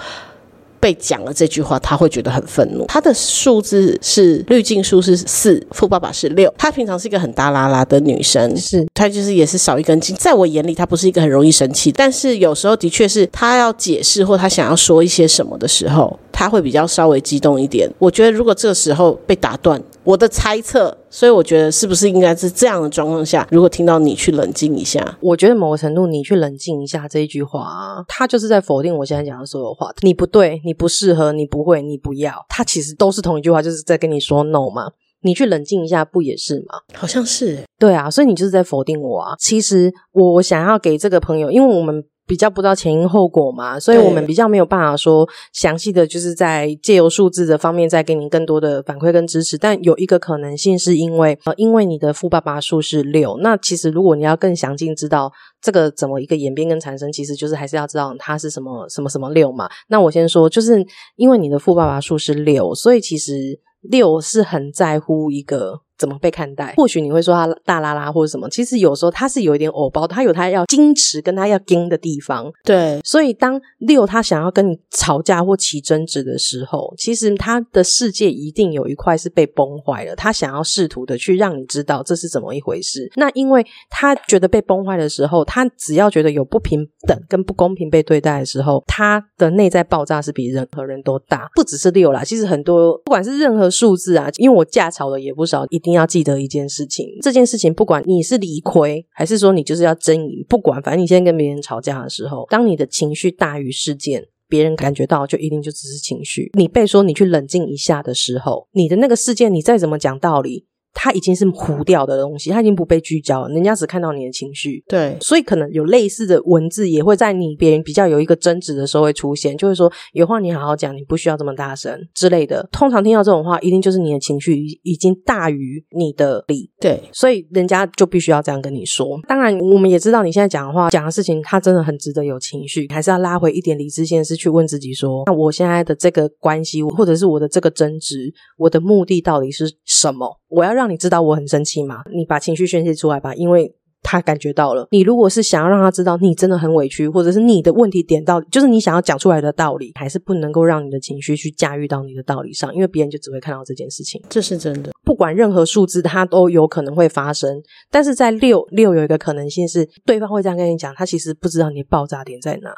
Speaker 2: 被讲了这句话，他会觉得很愤怒。他的数字是滤镜数是四，富爸爸是六。她平常是一个很大拉拉的女生，
Speaker 1: 是，
Speaker 2: 他就是也是少一根筋，在我眼里，他不是一个很容易生气，但是有时候的确是他要解释或他想要说一些什么的时候，他会比较稍微激动一点。我觉得如果这时候被打断，我的猜测，所以我觉得是不是应该是这样的状况下，如果听到你去冷静一下，
Speaker 1: 我觉得某个程度，你去冷静一下这一句话、啊，他就是在否定我现在讲的所有话。你不对，你不适合，你不会，你不要，他其实都是同一句话，就是在跟你说 no 嘛。你去冷静一下，不也是吗？
Speaker 2: 好像是欸
Speaker 1: 对啊，所以你就是在否定我啊。其实我想要给这个朋友，因为我们比较不知道前因后果嘛，所以
Speaker 2: 对
Speaker 1: 我们比较没有办法说详细的，就是在借由数字的方面再给你更多的反馈跟支持。但有一个可能性是因为，呃，因为你的富爸爸数是六，那其实如果你要更详尽知道这个怎么一个演变跟产生，其实就是还是要知道它是什么什么什么六嘛。那我先说，就是因为你的富爸爸数是六，所以其实六是很在乎一个怎么被看待。或许你会说他大拉拉或者什么，其实有时候他是有一点偶包，他有他要矜持跟他要矜的地方。
Speaker 2: 对，
Speaker 1: 所以当六他想要跟你吵架或起争执的时候，其实他的世界一定有一块是被崩坏了。他想要试图的去让你知道这是怎么一回事。那因为他觉得被崩坏的时候，他只要觉得有不平等跟不公平被对待的时候，他的内在爆炸是比任何人都大。不只是六啦，其实很多不管是任何数字啊，因为我架吵的也不少，一定定要记得一件事情，这件事情不管你是理亏，还是说你就是要争赢，不管，反正你现在跟别人吵架的时候，当你的情绪大于事件。别人感觉到就一定就只是情绪。你被说你去冷静一下的时候，你的那个事件，你再怎么讲道理，它已经是糊掉的东西，它已经不被聚焦了，人家只看到你的情绪。
Speaker 2: 对，
Speaker 1: 所以可能有类似的文字也会在你别人比较有一个争执的时候会出现，就是说有话你好好讲，你不需要这么大声之类的。通常听到这种话，一定就是你的情绪已已经大于你的理，
Speaker 2: 对，
Speaker 1: 所以人家就必须要这样跟你说。当然，我们也知道你现在讲的话、讲的事情，它真的很值得有情绪，还是要拉回一点理智线，是去问自己说：那我现在的这个关系，或者是我的这个争执，我的目的到底是什么？我要让你知道我很生气吗？你把情绪宣泄出来吧，因为。他感觉到了，你如果是想要让他知道你真的很委屈，或者是你的问题点到，就是你想要讲出来的道理，还是不能够让你的情绪去驾驭到你的道理上，因为别人就只会看到这件事情。
Speaker 2: 这是真的。
Speaker 1: 不管任何数字，它都有可能会发生。但是在六六有一个可能性是，对方会这样跟你讲，他其实不知道你的爆炸点在哪。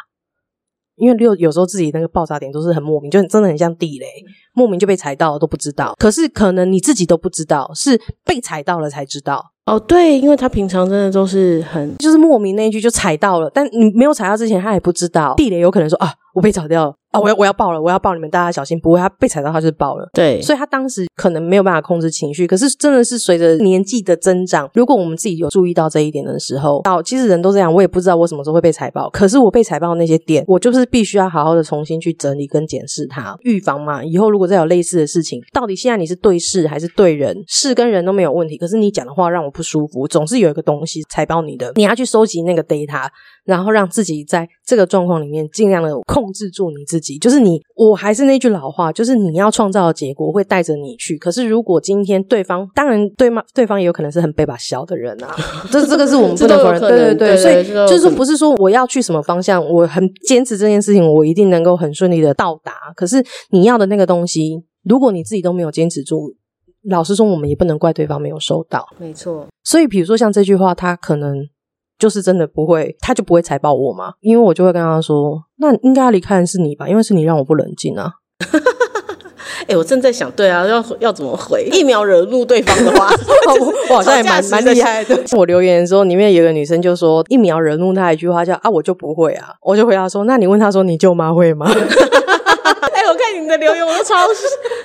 Speaker 1: 因为六有时候自己那个爆炸点都是很莫名，就很真的很像地雷，莫名就被踩到了都不知道。可是可能你自己都不知道，是被踩到了才知道。
Speaker 2: 哦，对，因为他平常真的都是很
Speaker 1: 就是莫名那一句就踩到了，但你没有踩到之前，他也不知道地雷有可能说啊，我被踩掉了啊，我要我要爆了，我要爆，你们大家小心！不会，他被踩到他就是爆了。
Speaker 2: 对，
Speaker 1: 所以他当时可能没有办法控制情绪，可是真的是随着年纪的增长，如果我们自己有注意到这一点的时候，到其实人都这样，我也不知道我什么时候会被踩爆，可是我被踩爆那些点，我就是必须要好好的重新去整理跟检视它，预防嘛。以后如果再有类似的事情，到底现在你是对事还是对人，事跟人都没有问题，可是你讲的话让我不舒服，总是有一个东西踩爆你的，你要去收集那个 data，然后让自己在这个状况里面尽量的控制住你自己。就是你，我还是那句老话，就是你要创造的结果会带着你去。可是如果今天对方，当然对方对方也有可能是很被把小的人啊，这这个是我们不
Speaker 2: 这都
Speaker 1: 能
Speaker 2: 有
Speaker 1: 否认。
Speaker 2: 可
Speaker 1: 对对
Speaker 2: 能对
Speaker 1: 所以
Speaker 2: 对这都有
Speaker 1: 就是说
Speaker 2: 可能
Speaker 1: 不是说我要去什么方向，我很坚持这件事情，我一定能够很顺利的到达。可是你要的那个东西，如果你自己都没有坚持住。老实说，我们也不能怪对方没有收到。
Speaker 2: 没错，
Speaker 1: 所以，比如说像这句话，他可能就是真的不会，他就不会踩爆我嘛，因为我就会跟他说，那应该要离开的是你吧，因为是你让我不冷静啊。
Speaker 2: 哎、我正在想，对啊，要要怎么回？一秒惹怒对方的话，
Speaker 1: 我好像也蛮
Speaker 2: 吵架时
Speaker 1: 蛮厉害的。我留言的时候，里面有个女生就说，一秒惹怒她一句话叫啊，我就不会啊，我就回答说，那你问她说你舅妈会吗？
Speaker 2: 哎、我看你的留言，我都超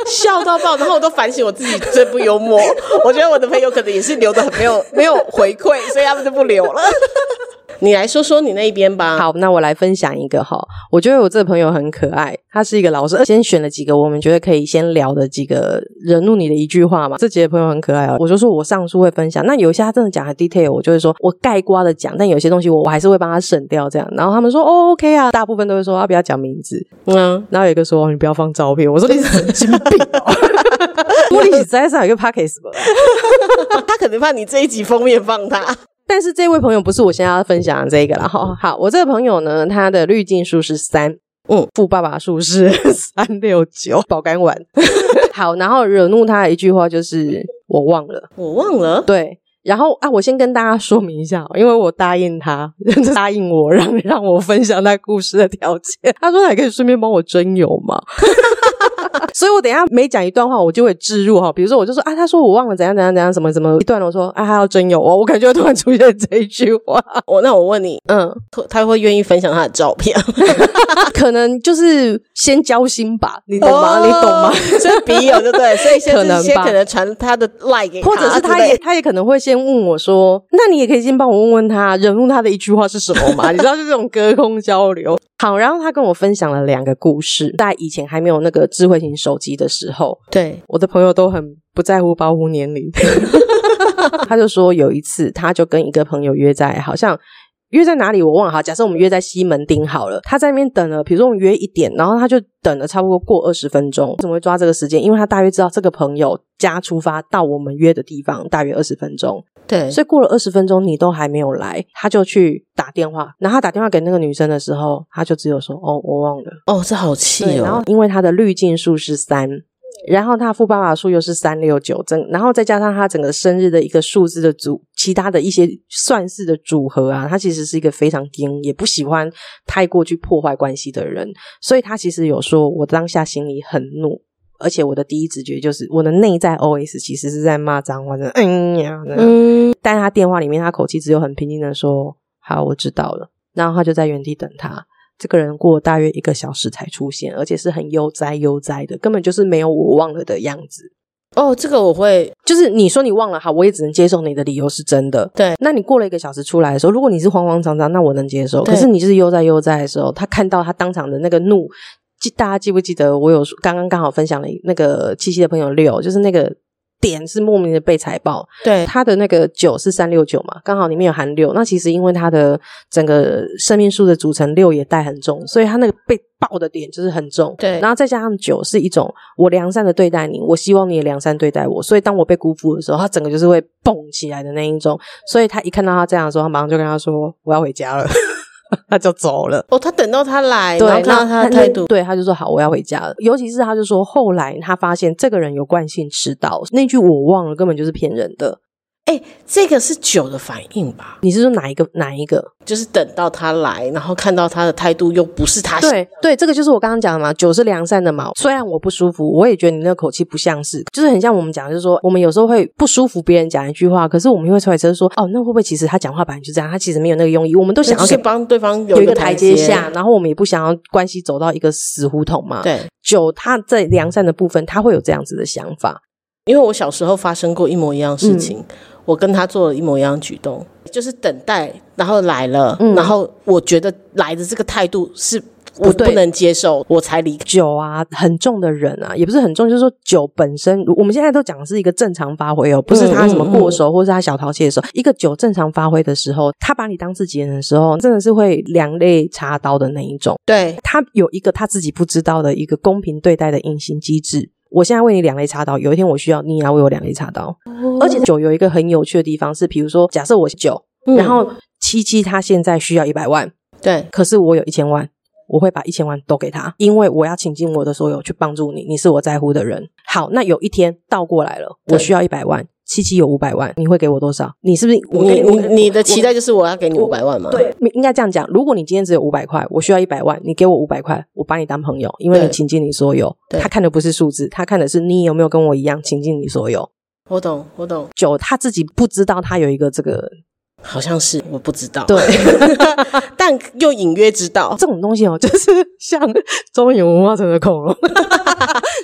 Speaker 2: 笑到爆，然后我都反省我自己最不幽默。我觉得我的朋友可能也是留的很没有没有回馈，所以他们就不留了。 你来说说你那一边吧。，
Speaker 1: 好，那我来分享一个哈，我觉得我这个朋友很可爱，他是一个老师，先选了几个我们觉得可以先聊的几个惹怒你的一句话嘛。这几个朋友很可爱哦，我就说我上述会分享，那有一些他真的讲的 detail，我就会说我盖瓜的讲，但有些东西我我还是会帮他省掉这样。然后他们说哦 OK 啊，大部分都会说啊不要讲名字，
Speaker 2: 嗯，
Speaker 1: 然后有一个说哦你不要放照片，我说你是神经病、哦， 我你实在是有一个 p a c k a g e 吧。
Speaker 2: 他可能怕你这一集封面放他。
Speaker 1: 但是这位朋友不是我现在要分享的这个了哈。好，我这个朋友呢，他的滤镜数是三，嗯，富爸爸数是 三六九，保肝丸。 好，然后惹怒他的一句话就是我忘了，
Speaker 2: 我忘了，
Speaker 1: 对。然后啊，我先跟大家说明一下哦，因为我答应他，答应我让 让我分享他故事的条件，他说他也可以顺便帮我征友嘛， 所以我等一下每讲一段话，我就会置入哈，比如说我就说啊，他说我忘了怎样怎样怎样什么什么一段了，我说啊，他要真有哦，我感觉突然出现这一句话， 啊
Speaker 2: 我那我问你，
Speaker 1: 嗯，
Speaker 2: 他会愿意分享他的照片？
Speaker 1: 可能就是先交心吧，你懂吗？你懂 吗？？
Speaker 2: 哦所以笔友对不对？所以先
Speaker 1: 可能吧
Speaker 2: 先可能传他的 like 给
Speaker 1: 或者是他
Speaker 2: 对不
Speaker 1: 也
Speaker 2: 对
Speaker 1: 他也可能会先问我说，那你也可以先帮我问问他，惹怒他的一句话是什么嘛？你知 道，就这种隔空交流。好，然后他跟我分享了两个故事，在以前还没有那个智慧型手机的时候，
Speaker 2: 对，
Speaker 1: 我的朋友都很不在乎保护年龄。 他就说有一次，他就跟一个朋友约在好像。约在哪里我忘了，好，假设我们约在西门町好了，他在那边等了，比如说我们约一点，然后他就等了差不多过二十分钟，怎么会抓这个时间？因为他大约知道这个朋友家出发到我们约的地方大约二十分钟，
Speaker 2: 对
Speaker 1: 所以过了二十分钟你都还没有来，他就去打电话，然后他打电话给那个女生的时候，他就只有说哦我忘了，
Speaker 2: 哦，这好气
Speaker 1: 对，
Speaker 2: 哦。
Speaker 1: 然后因为它的滤镜数是三，然后它富爸爸数又是三六九，整然后再加上它整个生日的一个数字的组，其他的一些算式的组合啊，他其实是一个非常硬，也不喜欢太过去破坏关系的人，所以他其实有说我当下心里很怒。而且我的第一直觉就是，我的内在 OS 其实是在骂脏话的，嗯呀，那样
Speaker 2: 嗯，
Speaker 1: 但是他电话里面，他口气只有很平静的说：“好，我知道了。”然后他就在原地等他。这个人过了大约一个小时才出现，而且是很悠哉悠哉的，根本就是没有我忘了的样子。
Speaker 2: 哦，这个我会，
Speaker 1: 就是你说你忘了，好，我也只能接受你的理由是真的。
Speaker 2: 对
Speaker 1: 那你过了一个小时出来的时候，如果你是慌慌张张，那我能接受。
Speaker 2: 对
Speaker 1: 可是你就是悠哉悠哉的时候，他看到他当场的那个怒，记大家记不记得我有说刚刚刚好分享了那个七夕的朋友六，就是那个点是莫名的被踩爆，
Speaker 2: 对，
Speaker 1: 它的那个九是三六九嘛，刚好里面有含六。那其实因为它的整个生命数的组成，六也带很重，所以它那个被爆的点就是很重。
Speaker 2: 对
Speaker 1: 然后再加上九是一种我良善的对待你，我希望你也良善对待我。所以当我被辜负的时候，它整个就是会蹦起来的那一种。所以他一看到他这样的时候，他马上就跟他说：“我要回家了。” 他就走了。
Speaker 2: 哦，他等到他来，
Speaker 1: 对，
Speaker 2: 然后看到他的态度，
Speaker 1: 对，他就说好，我要回家了。尤其是他就说，后来他发现这个人有惯性迟到，那句我忘了，根本就是骗人的。
Speaker 2: 哎，这个是酒的反应吧？
Speaker 1: 你是说哪一个哪一个？
Speaker 2: 就是等到他来，然后看到他的态度又不是他，
Speaker 1: 对对，这个啊就是我刚刚讲的嘛，酒是良善的嘛。虽然我不舒服，我也觉得你那个口气不像是，就是很像我们讲的，就是说我们有时候会不舒服别人讲一句话，可是我们又会揣测说，哦，那会不会其实他讲话本来就这样，他其实没有那个用意，我们都
Speaker 2: 就
Speaker 1: 想要
Speaker 2: 是
Speaker 1: 给。
Speaker 2: 帮对方
Speaker 1: 有
Speaker 2: 一
Speaker 1: 一个
Speaker 2: 个
Speaker 1: 台
Speaker 2: 阶
Speaker 1: 阶下，，然后我们也不想要关系走到一个死胡同嘛。
Speaker 2: 对。
Speaker 1: 酒，他在良善的部分，他会有这样子的想法。
Speaker 2: 因为我小时候发生过一模一样的事情，
Speaker 1: 嗯
Speaker 2: 我跟他做了一模一样的举动，就是等待，然后来了，
Speaker 1: 嗯
Speaker 2: 然后我觉得来的这个态度是我
Speaker 1: 不对
Speaker 2: 不能接受，我才离开。
Speaker 1: 酒啊，很重的人啊，也不是很重，就是说酒本身，我们现在都讲的是一个正常发挥哦，不是他什么过手或是他小淘气的时候，一个酒正常发挥的时候，他把你当自己人的时候，真的是会两肋插刀的那一种。
Speaker 2: 对，
Speaker 1: 他有一个他自己不知道的一个公平对待的隐形机制。我现在为你两肋插刀，有一天我需要你也要为我两肋插刀。而且酒有一个很有趣的地方是，比如说假设我是酒，
Speaker 2: 嗯
Speaker 1: 然后七七他现在需要一百万，
Speaker 2: 对，
Speaker 1: 可是我有一千万，我会把一千万都给他，因为我要倾尽我的所有去帮助你，你是我在乎的人。好，那有一天倒过来了，
Speaker 2: 对
Speaker 1: 我需要一百万，七七有五百万，你会给我多少？你是不是我
Speaker 2: 你
Speaker 1: 给
Speaker 2: 你
Speaker 1: 我
Speaker 2: 你的期待就是我要给你五百万嘛？
Speaker 1: 对，应该这样讲。如果你今天只有五百块，我需要一百万，你给我五百块，我把你当朋友，因为
Speaker 2: 对
Speaker 1: 你倾尽你所有。
Speaker 2: 对
Speaker 1: 他看的不是数字，他看的是你有没有跟我一样倾尽你所有。
Speaker 2: 我懂，我懂，
Speaker 1: 九，他自己不知道他有一个这个
Speaker 2: 好像是我不知道，
Speaker 1: 对，
Speaker 2: 但又隐约知道，
Speaker 1: 这种东西哦， 就是像中影文化城的 恐龙，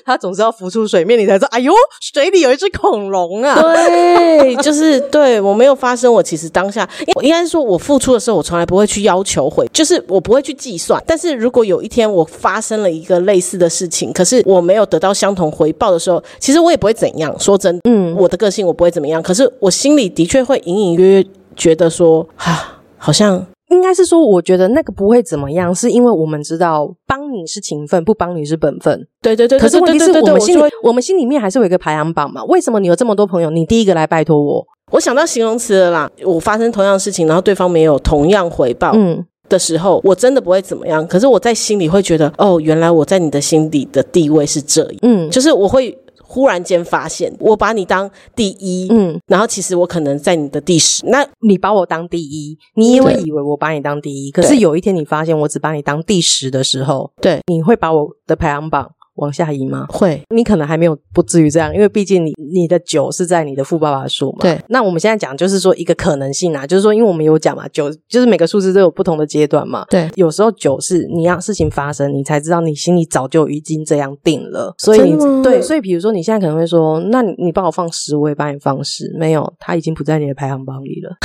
Speaker 1: 它总是要浮出水面，你才知道，哎呦，水里有一只恐龙啊！
Speaker 2: 对，就是对我没有发生，我其实当下，因为我应该是说我付出的时候，我从来不会去要求回，就是我不会去计算。但是如果有一天我发生了一个类似的事情，可是我没有得到相同回报的时候，其实我也不会怎样。说真的，
Speaker 1: 嗯，
Speaker 2: 我的个性我不会怎么样，可是我心里的确会隐隐约约觉得说，啊，好像
Speaker 1: 应该是说，我觉得那个不会怎么样，是因为我们知道帮你是情分，不帮你是本分。
Speaker 2: 对对对，
Speaker 1: 可是
Speaker 2: 对
Speaker 1: 问题
Speaker 2: 对
Speaker 1: 是
Speaker 2: 对
Speaker 1: 我
Speaker 2: 对
Speaker 1: 们
Speaker 2: 对
Speaker 1: 心
Speaker 2: 就
Speaker 1: 里
Speaker 2: 会，
Speaker 1: 我们心里面还是有一个排行榜嘛？为什么你有这么多朋友，你第一个来拜托我？
Speaker 2: 我想到形容词了啦，我发生同样的事情，然后对方没有同样回报，
Speaker 1: 嗯，
Speaker 2: 的时候，我真的不会怎么样。可是我在心里会觉得，哦，原来我在你的心里的地位是这样，
Speaker 1: 嗯
Speaker 2: 就是我会忽然间发现，我把你当第一，
Speaker 1: 嗯，
Speaker 2: 然后其实我可能在你的第十。那
Speaker 1: 你把我当第一，你也会
Speaker 2: 对
Speaker 1: 以为我把你当第一，可是
Speaker 2: 对
Speaker 1: 有一天你发现我只把你当第十的时候，
Speaker 2: 对
Speaker 1: 你会把我的排行榜往下移吗？
Speaker 2: 会
Speaker 1: 你可能还没有不至于这样，因为毕竟你你的九是在你的富爸爸数嘛。
Speaker 2: 对。
Speaker 1: 那我们现在讲就是说一个可能性啊，就是说因为我们有讲嘛，九就是每个数字都有不同的阶段嘛。
Speaker 2: 对
Speaker 1: 有时候九是你让事情发生，你才知道你心里早就已经这样定了，所以你
Speaker 2: 真的吗
Speaker 1: 对，所以比如说你现在可能会说，那你你帮我放十，我也帮你放十，没有，他已经不在你的排行榜里了。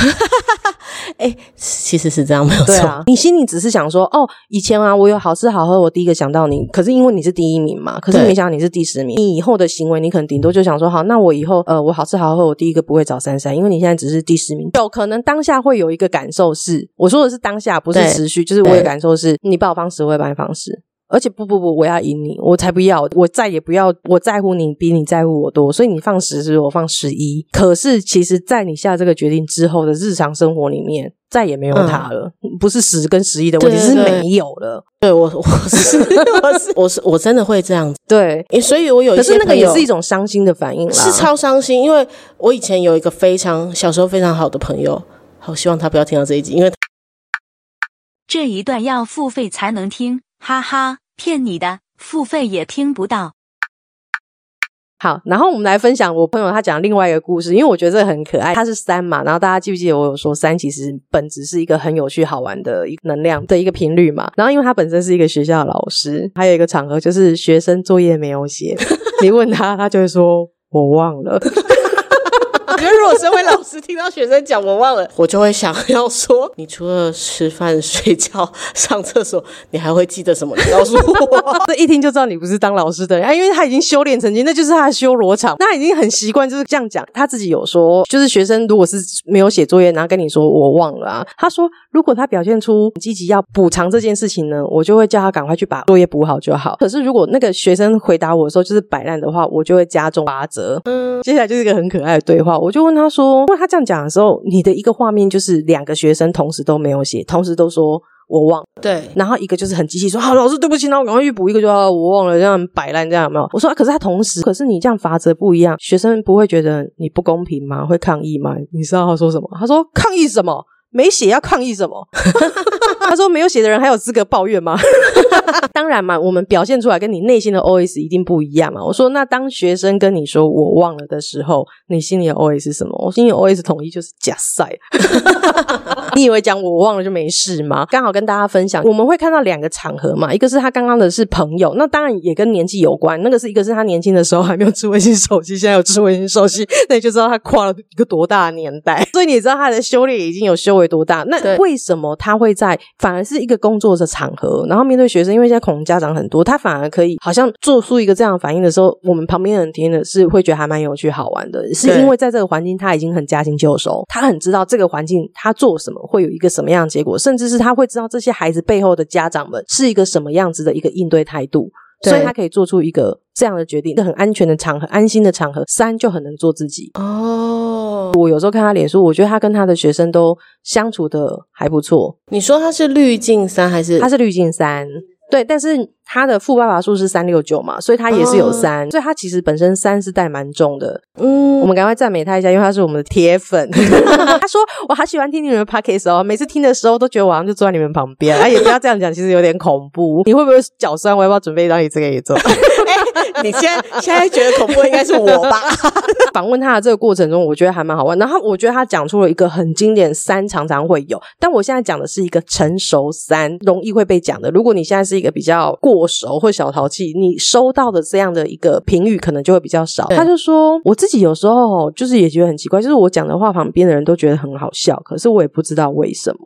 Speaker 2: 其实是这样 没有
Speaker 1: 对
Speaker 2: 错。
Speaker 1: 啊，你心里只是想说，哦，以前啊，我有好吃好喝，我第一个想到你，可是因为你是第一名嘛，可是
Speaker 2: 对
Speaker 1: 没想到你是第十名，你以后的行为，你可能顶多就想说，好，那我以后呃，我好吃好喝，我第一个不会找珊珊，因为你现在只是第十名，有可能当下会有一个感受是，我说的是当下，不是
Speaker 2: 对
Speaker 1: 持续，就是我
Speaker 2: 对
Speaker 1: 的感受是，你把我放十，我也把你放十。而且不不不，我要赢你，我才不要，我再也不要，我在乎你比你在乎我多，所以你放十是我放十一。可是其实，在你下这个决定之后的日常生活里面，再也没有他了，不是十跟十一的问题，
Speaker 2: 嗯对
Speaker 1: 是
Speaker 2: 对
Speaker 1: 没有了。
Speaker 2: 对我，我 是我是我是我真的会这样子，
Speaker 1: 对，
Speaker 2: 诶所以我有一
Speaker 1: 可
Speaker 2: 些
Speaker 1: 是那个
Speaker 2: 朋
Speaker 1: 也
Speaker 2: 友
Speaker 1: 是一种伤心的反应啦。
Speaker 2: 是超伤心，因为我以前有一个非常小时候非常好的朋友，好希望他不要听到这一集，因为
Speaker 3: 这一段要付费才能听，哈哈，骗你的，付费也听不到。
Speaker 1: 好，然后我们来分享我朋友他讲另外一个故事，因为我觉得这个很可爱。他是三嘛，然后大家记不记得我有说三其实本质是一个很有趣好玩的一个能量的一个频率嘛？然后因为他本身是一个学校的老师，还有一个场合就是学生作业没有写， 你问他，他就会说我忘了。
Speaker 2: 我觉得如果身为老师听到学生讲我忘了，我就会想要说，你除了吃饭、睡觉、上厕所，你还会记得什么？你告诉 我。
Speaker 1: 这一听就知道你不是当老师的人啊，因为他已经修炼成精，那就是他的修罗场，那他已经很习惯就是这样讲。他自己有说，就是学生如果是没有写作业，然后跟你说我忘了啊，他说如果他表现出积极要补偿这件事情呢，我就会叫他赶快去把作业补好就好。可是如果那个学生回答我的时候就是摆烂的话，我就会加重八折。嗯，接下来就是一个很可爱的对话，我就问他说，因为他这样讲的时候，你的一个画面就是两个学生同时都没有写，同时都说我忘了。
Speaker 2: 对，
Speaker 1: 然后一个就是很机器说：“好、老师，对不起，那我赶快去补一个就好，我忘了，这样摆烂这样有没有？”我说、啊可是他同时，可是你这样罚则不一样，学生不会觉得你不公平吗？会抗议吗？你知道他说什么？他说：“抗议什么？没写要抗议什么？” 他说：“没有写的人还有资格抱怨吗？” 当然嘛，我们表现出来跟你内心的 OS 一定不一样啊嘛。我说，那当学生跟你说“我忘了”的时候，你心里的 OS 是什么？我心里的 OS 统一就是假赛。 你以为讲我忘了就没事吗？刚好跟大家分享，我们会看到两个场合嘛，一个是他刚刚的是朋友，那当然也跟年纪有关。那个是一个是他年轻的时候还没有智慧型手机，现在有智慧型手机， 那你就知道他跨了一个多大的年代。 所以你知道他的修炼已经有修为多大。那
Speaker 2: 对
Speaker 1: 为什么他会在反而是一个工作的场合，然后面对学生，因为现在恐龙家长很多，他反而可以好像做出一个这样的反应的时候，我们旁边的人听的是会觉得还蛮有趣好玩的，是
Speaker 2: 对
Speaker 1: 因为在这个环境他已经很驾轻就熟，他很知道这个环境他做什么会有一个什么样的结果，甚至是他会知道这些孩子背后的家长们是一个什么样子的一个应对态度。
Speaker 2: 对
Speaker 1: 所以他可以做出一个这样的决定，一个很安全的场合、安心的场合，三就很能做自己。
Speaker 2: 哦，
Speaker 1: 我有时候看他脸书，我觉得他跟他的学生都相处的还不错，
Speaker 2: 你说它是滤镜三还是
Speaker 1: 它是滤镜三，对，但是它的富爸爸数是三六九嘛，所以它也是有
Speaker 2: 哦
Speaker 1: 三、所以它其实本身三是带蛮重的。
Speaker 2: 嗯
Speaker 1: 我们赶快赞美他一下，因为他是我们的铁粉。 他说我好喜欢听你们的 podcast 哦，每次听的时候都觉得我好像就坐在你们旁边。哎、也不要这样讲，其实有点恐怖。你会不会脚酸？我要不要准备一张椅子给你坐？
Speaker 2: 你现在现在觉得恐怖的应该是我吧？
Speaker 1: 访问他的这个过程中，我觉得还蛮好玩。然后我觉得他讲出了一个很经典三常常会有，但我现在讲的是一个成熟三，容易会被讲的。如果你现在是一个比较过熟或小淘气，你收到的这样的一个评语可能就会比较少。
Speaker 2: 对
Speaker 1: 他就说，我自己有时候就是也觉得很奇怪，就是我讲的话旁边的人都觉得很好笑，可是我也不知道为什么。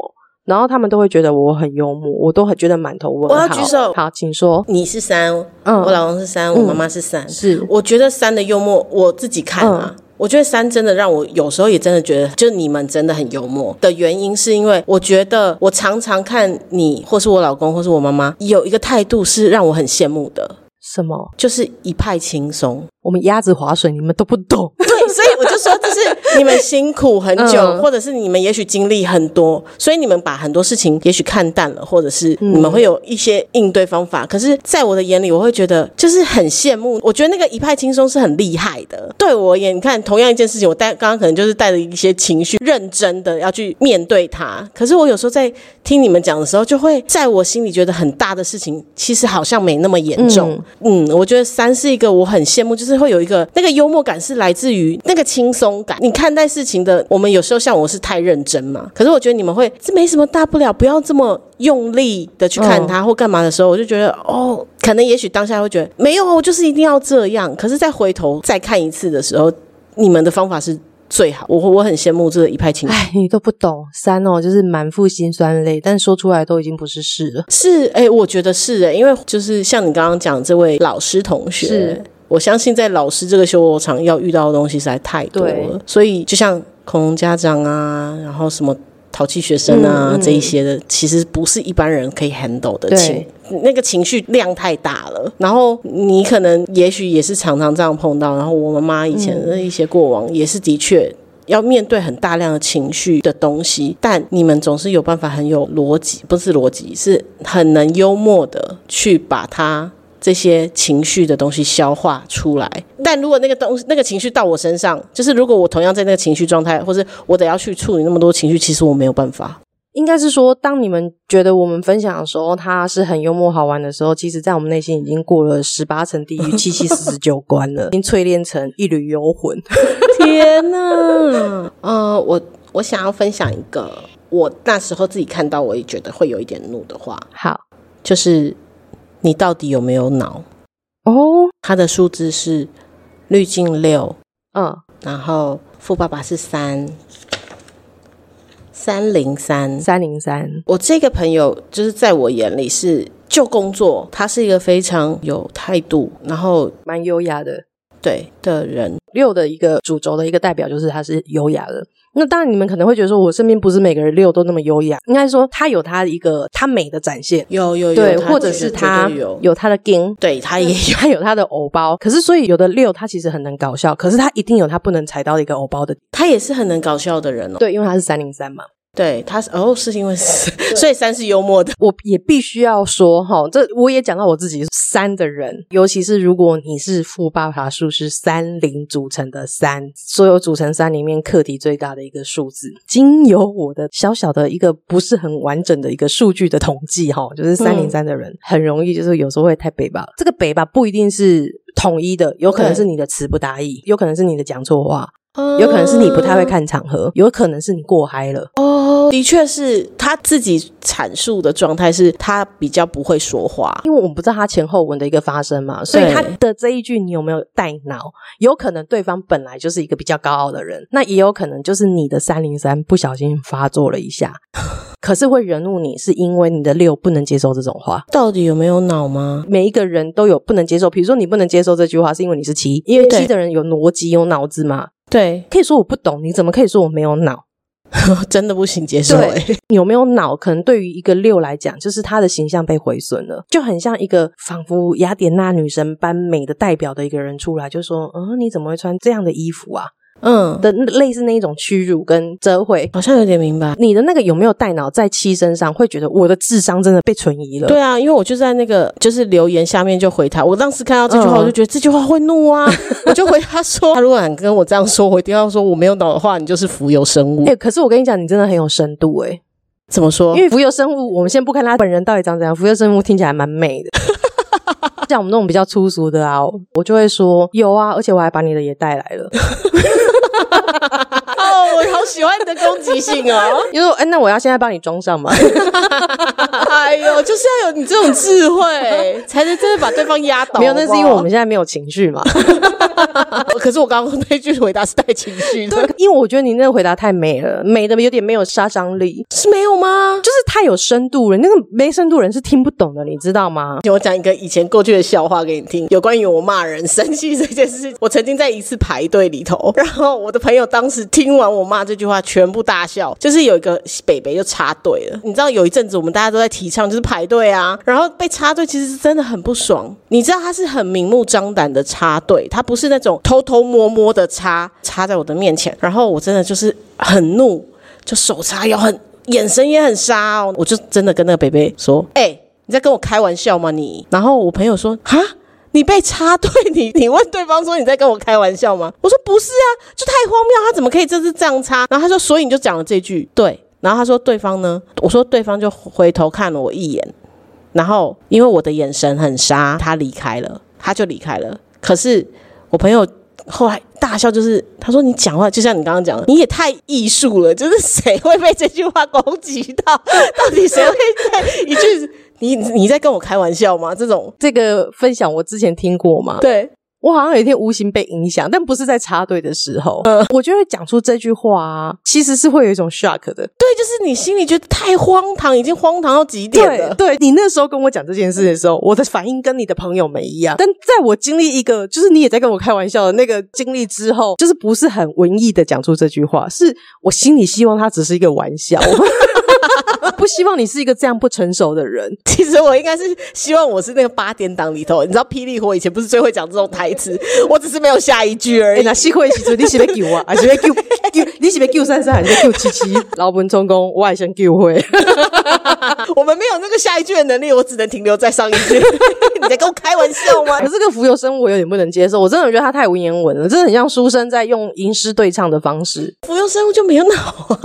Speaker 1: 然后他们都会觉得我很幽默，我都很觉得满头问号。
Speaker 2: 我要举手
Speaker 1: 好，请说。
Speaker 2: 你是三，
Speaker 1: 嗯
Speaker 2: 我老公是三，我妈妈是三。
Speaker 1: 是
Speaker 2: 我觉得三的幽默，我自己看啊。我觉得三真的让我有时候也真的觉得，就你们真的很幽默的原因，是因为我觉得我常常看你，或是我老公，或是我妈妈，有一个态度是让我很羡慕的，
Speaker 1: 什么？
Speaker 2: 就是一派轻松。
Speaker 1: 我们鸭子划水，你们都不懂。
Speaker 2: 对，所以我就说， 就是你们辛苦很久，
Speaker 1: 嗯
Speaker 2: 或者是你们也许经历很多，所以你们把很多事情也许看淡了，或者是你们会有一些应对方法。可是，在我的眼里，我会觉得就是很羡慕。我觉得那个一派轻松是很厉害的。对我而言，你看同样一件事情，我带刚刚可能就是带着一些情绪，认真的要去面对它。可是我有时候在听你们讲的时候，就会在我心里觉得很大的事情，其实好像没那么严重。
Speaker 1: 嗯
Speaker 2: 嗯，我觉得三是一个我很羡慕，就是会有一个那个幽默感是来自于那个轻松感。你看待事情的，我们有时候像我是太认真嘛，可是我觉得你们会这没什么大不了，不要这么用力的去看它或干嘛的时候，我就觉得哦，可能也许当下会觉得没有，我就是一定要这样。可是再回头再看一次的时候，你们的方法是最好，我我很羡慕这个一派轻松。
Speaker 1: 哎，你都不懂三哦，就是满腹辛酸泪，但说出来都已经不是事了。
Speaker 2: 是，哎、我觉得是哎、因为就是像你刚刚讲这位老师同学，
Speaker 1: 是
Speaker 2: 我相信在老师这个修罗场要遇到的东西实在太多
Speaker 1: 对
Speaker 2: 了，所以就像恐龙家长啊，然后什么。淘气学生啊，
Speaker 1: 嗯嗯
Speaker 2: 这一些的其实不是一般人可以 handle 的
Speaker 1: 对
Speaker 2: 情，那个情绪量太大了。然后你可能也许也是常常这样碰到。然后我妈妈以前的一些过往也是的确要面对很大量的情绪的东西，但你们总是有办法很有逻辑，不是逻辑，是很能幽默的去把它。这些情绪的东西消化出来，但如果那个东西、那个情绪到我身上，就是如果我同样在那个情绪状态，或是我得要去处理那么多情绪，其实我没有办法。
Speaker 1: 应该是说，当你们觉得我们分享的时候，它是很幽默好玩的时候，其实在我们内心已经过了十八层地狱、七七四十九关了，已经淬炼成一缕幽魂。
Speaker 2: 天呐， 呃，我我想要分享一个，我那时候自己看到，我也觉得会有一点怒的话，
Speaker 1: 好
Speaker 2: 就是你到底有没有脑？
Speaker 1: 哦，
Speaker 2: 它的数字是滤镜六，
Speaker 1: 嗯，
Speaker 2: 然后富爸爸是三三零三。
Speaker 1: 三零三，
Speaker 2: 我这个朋友就是在我眼里是就工作，他是一个非常有态度，然后
Speaker 1: 蛮优雅的。
Speaker 2: 对的人。
Speaker 1: 六的一个主轴的一个代表就是他是优雅的。那当然，你们可能会觉得说，我身边不是每个人六都那么优雅，应该说他有他一个他美的展现，
Speaker 2: 有有有，
Speaker 1: 对，
Speaker 2: 他
Speaker 1: 或者
Speaker 2: 绝
Speaker 1: 是
Speaker 2: 绝
Speaker 1: 他
Speaker 2: 对有，
Speaker 1: 有嗯他的 g
Speaker 2: 对他也有。
Speaker 1: 他有他的偶包，可是所以有的六他其实很能搞笑，可是他一定有他不能踩到的一个偶包的，
Speaker 2: 他也是很能搞笑的人哦。
Speaker 1: 对，因为他是三零三嘛。
Speaker 2: 对，他是哦，是因为是，所以三是幽默的。
Speaker 1: 我也必须要说哈，这我也讲到我自己三的人，尤其是如果你是富爸爸数是三零组成的三，所有组成三里面课题最大的一个数字。经由我的小小的一个不是很完整的一个数据的统计哈，就是三零三的人、很容易就是有时候会太北吧，这个北吧不一定是统一的，有可能
Speaker 2: 对
Speaker 1: 是你的词不达意，有可能是你的讲错话，有可能是你不
Speaker 2: 嗯
Speaker 1: 太会看场合，有可能是你过嗨了。
Speaker 2: 哦，的确是他自己阐述的状态是他比较不会说话。
Speaker 1: 因为我们不知道他前后文的一个发生嘛，所以
Speaker 2: 对
Speaker 1: 他的这一句你有没有带脑？有可能对方本来就是一个比较高傲的人，那也有可能就是你的三零三不小心发作了一 下，可是会惹怒你，是因为你的六不能接受这种话。
Speaker 2: 到底有没有脑吗？
Speaker 1: 每一个人都有不能接受，比如说你不能接受这句话，是因为你是七，因为
Speaker 2: 对
Speaker 1: 七的人有逻辑、有脑子嘛。
Speaker 2: 对，
Speaker 1: 可以说我不懂，你怎么可以说我没有脑？
Speaker 2: 真的不行接受、
Speaker 1: 对
Speaker 2: 欸。
Speaker 1: 有没有脑，可能对于一个六来讲，就是她的形象被毁损了，就很像一个仿佛雅典娜女神般美的代表的一个人出来，就说：“嗯，你怎么会穿这样的衣服啊
Speaker 2: 嗯？”，
Speaker 1: 的类似那一种屈辱跟遮毁。
Speaker 2: 好像有点明白。
Speaker 1: 你的那个有没有带脑在七身上，会觉得我的智商真的被存疑了？
Speaker 2: 对啊，因为我就在那个就是留言下面就回他，我当时看到这句话，
Speaker 1: 嗯
Speaker 2: 我就觉得这句话会怒 啊，我就回他说，他如果敢跟我这样说，我一定要说我没有脑的话，你就是浮游生物。
Speaker 1: 哎、可是我跟你讲，你真的很有深度哎、
Speaker 2: 欸怎么说
Speaker 1: 因？为浮游生物，我们先不看它本人到底长怎样，浮游生物听起来蛮美 的。像我们那种比较粗俗的啊，我就会说有啊，而且我还把你的也带来了。
Speaker 2: 哦，我好喜欢你的攻击性哦。
Speaker 1: 你就说，哎、那我要现在帮你装上吗？
Speaker 2: 哎呦，就是要有你这种智慧，才能真的把对方压倒。
Speaker 1: 没有，那
Speaker 2: 好
Speaker 1: 是
Speaker 2: 不好
Speaker 1: 因为我们现在没有情绪嘛。
Speaker 2: 可是我刚刚那句回答是带情绪的，
Speaker 1: 因为我觉得你那个回答太美了，美的有点没有杀伤力，
Speaker 2: 是没有吗？
Speaker 1: 就是太有深度了。那个没深度人是听不懂的，你知道吗？
Speaker 2: 我讲一个以前过去的笑话给你听，有关于我骂人生气这件事。我曾经在一次排队里头，然后我的朋友当时听完我骂这句话，全部大笑。就是有一个北北就插队了，你知道有一阵子我们大家都在提倡就是排队啊，然后被插队其实是真的很不爽。你知道他是很明目张胆的插队，他不是那种偷偷摸摸的插插在我的面前，然后我真的就是很怒，就手叉腰很。眼神也很杀哦，我就真的跟那个北北说：“哎、你在跟我开玩笑吗你？”然后我朋友说：“哈，你被插队， 你你问对方说你在跟我开玩笑吗？”我说：“不是啊，就太荒谬，他怎么可以这次这样插？”然后他说：“所以你就讲了这句对。”然后他说：“对方呢？”我说：“对方就回头看了我一眼，然后因为我的眼神很杀，他离开了，他就离开了。可是我朋友后来大笑，就是他说你讲话就像你刚刚讲的，你也太艺术了，就是谁会被这句话攻击到？到底谁会在一句你 你在跟我开玩笑吗？这种
Speaker 1: 这个分享我之前听过嘛，
Speaker 2: 对
Speaker 1: 我好像有一天无形被影响，但不是在插队的时候，呃我就会讲出这句话、啊，其实是会有一种 shock 的。
Speaker 2: 嗯对，就是你心里觉得太荒唐，已经荒唐到极点
Speaker 1: 对，
Speaker 2: 了。
Speaker 1: 对你那时候跟我讲这件事的时候，我的反应跟你的朋友们一样。但在我经历一个就是你也在跟我开玩笑的那个经历之后，就是不是很文艺的讲出这句话，是我心里希望它只是一个玩笑。 不希望你是一个这样不成熟的人，
Speaker 2: 其实我应该是希望我是那个八点档里头，你知道霹雳火以前不是最会讲这种台词，我只是没有下一句而
Speaker 1: 哎，
Speaker 2: 已。
Speaker 1: 那西会时阵你是要救我，还是要救救？你是要救珊珊，还是要救七七？老文冲公，我也先救会。
Speaker 2: 我们没有那个下一句的能力，我只能停留在上一句。 你在跟我开玩笑 吗
Speaker 1: 可？是这个浮游生物我有点不能接受，我真的觉得它太文言文了，真的很像书生在用吟诗对唱的方式。
Speaker 2: 浮游生物就没有脑啊。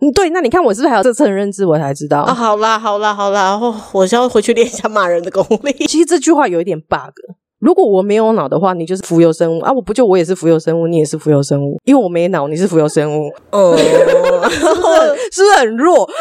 Speaker 1: 嗯对，那你看我是不是还有这层认知，我才知道。
Speaker 2: 啊，好啦，好啦，好啦，哦我是要回去练一下骂人的功力。
Speaker 1: 其实这句话有一点 bug。如果我没有脑的话，你就是浮游生物啊！我不就我也是浮游生物，你也是浮游生物，因为我没脑，你是浮游生物，
Speaker 2: 嗯，
Speaker 1: 是不是很弱？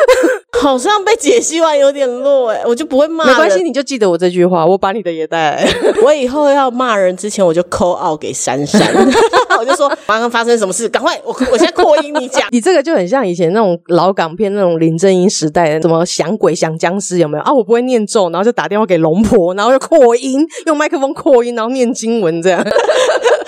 Speaker 2: 好像被解析完有点弱哎、我就不会骂
Speaker 1: 没
Speaker 2: 人。
Speaker 1: 关系，，你就记得我这句话，我把你的也带来。
Speaker 2: 我以后要骂人之前，我就扣 out 给珊珊， 我就说刚刚发生什么事，赶快我我现在扩音你 讲。
Speaker 1: 你这个就很像以前那种老港片那种林正英时代的什么想鬼想僵尸有没有啊？我不会念咒，然后就打电话给龙婆，然后就扩音，用麦克风扩音，然后念经文这 样。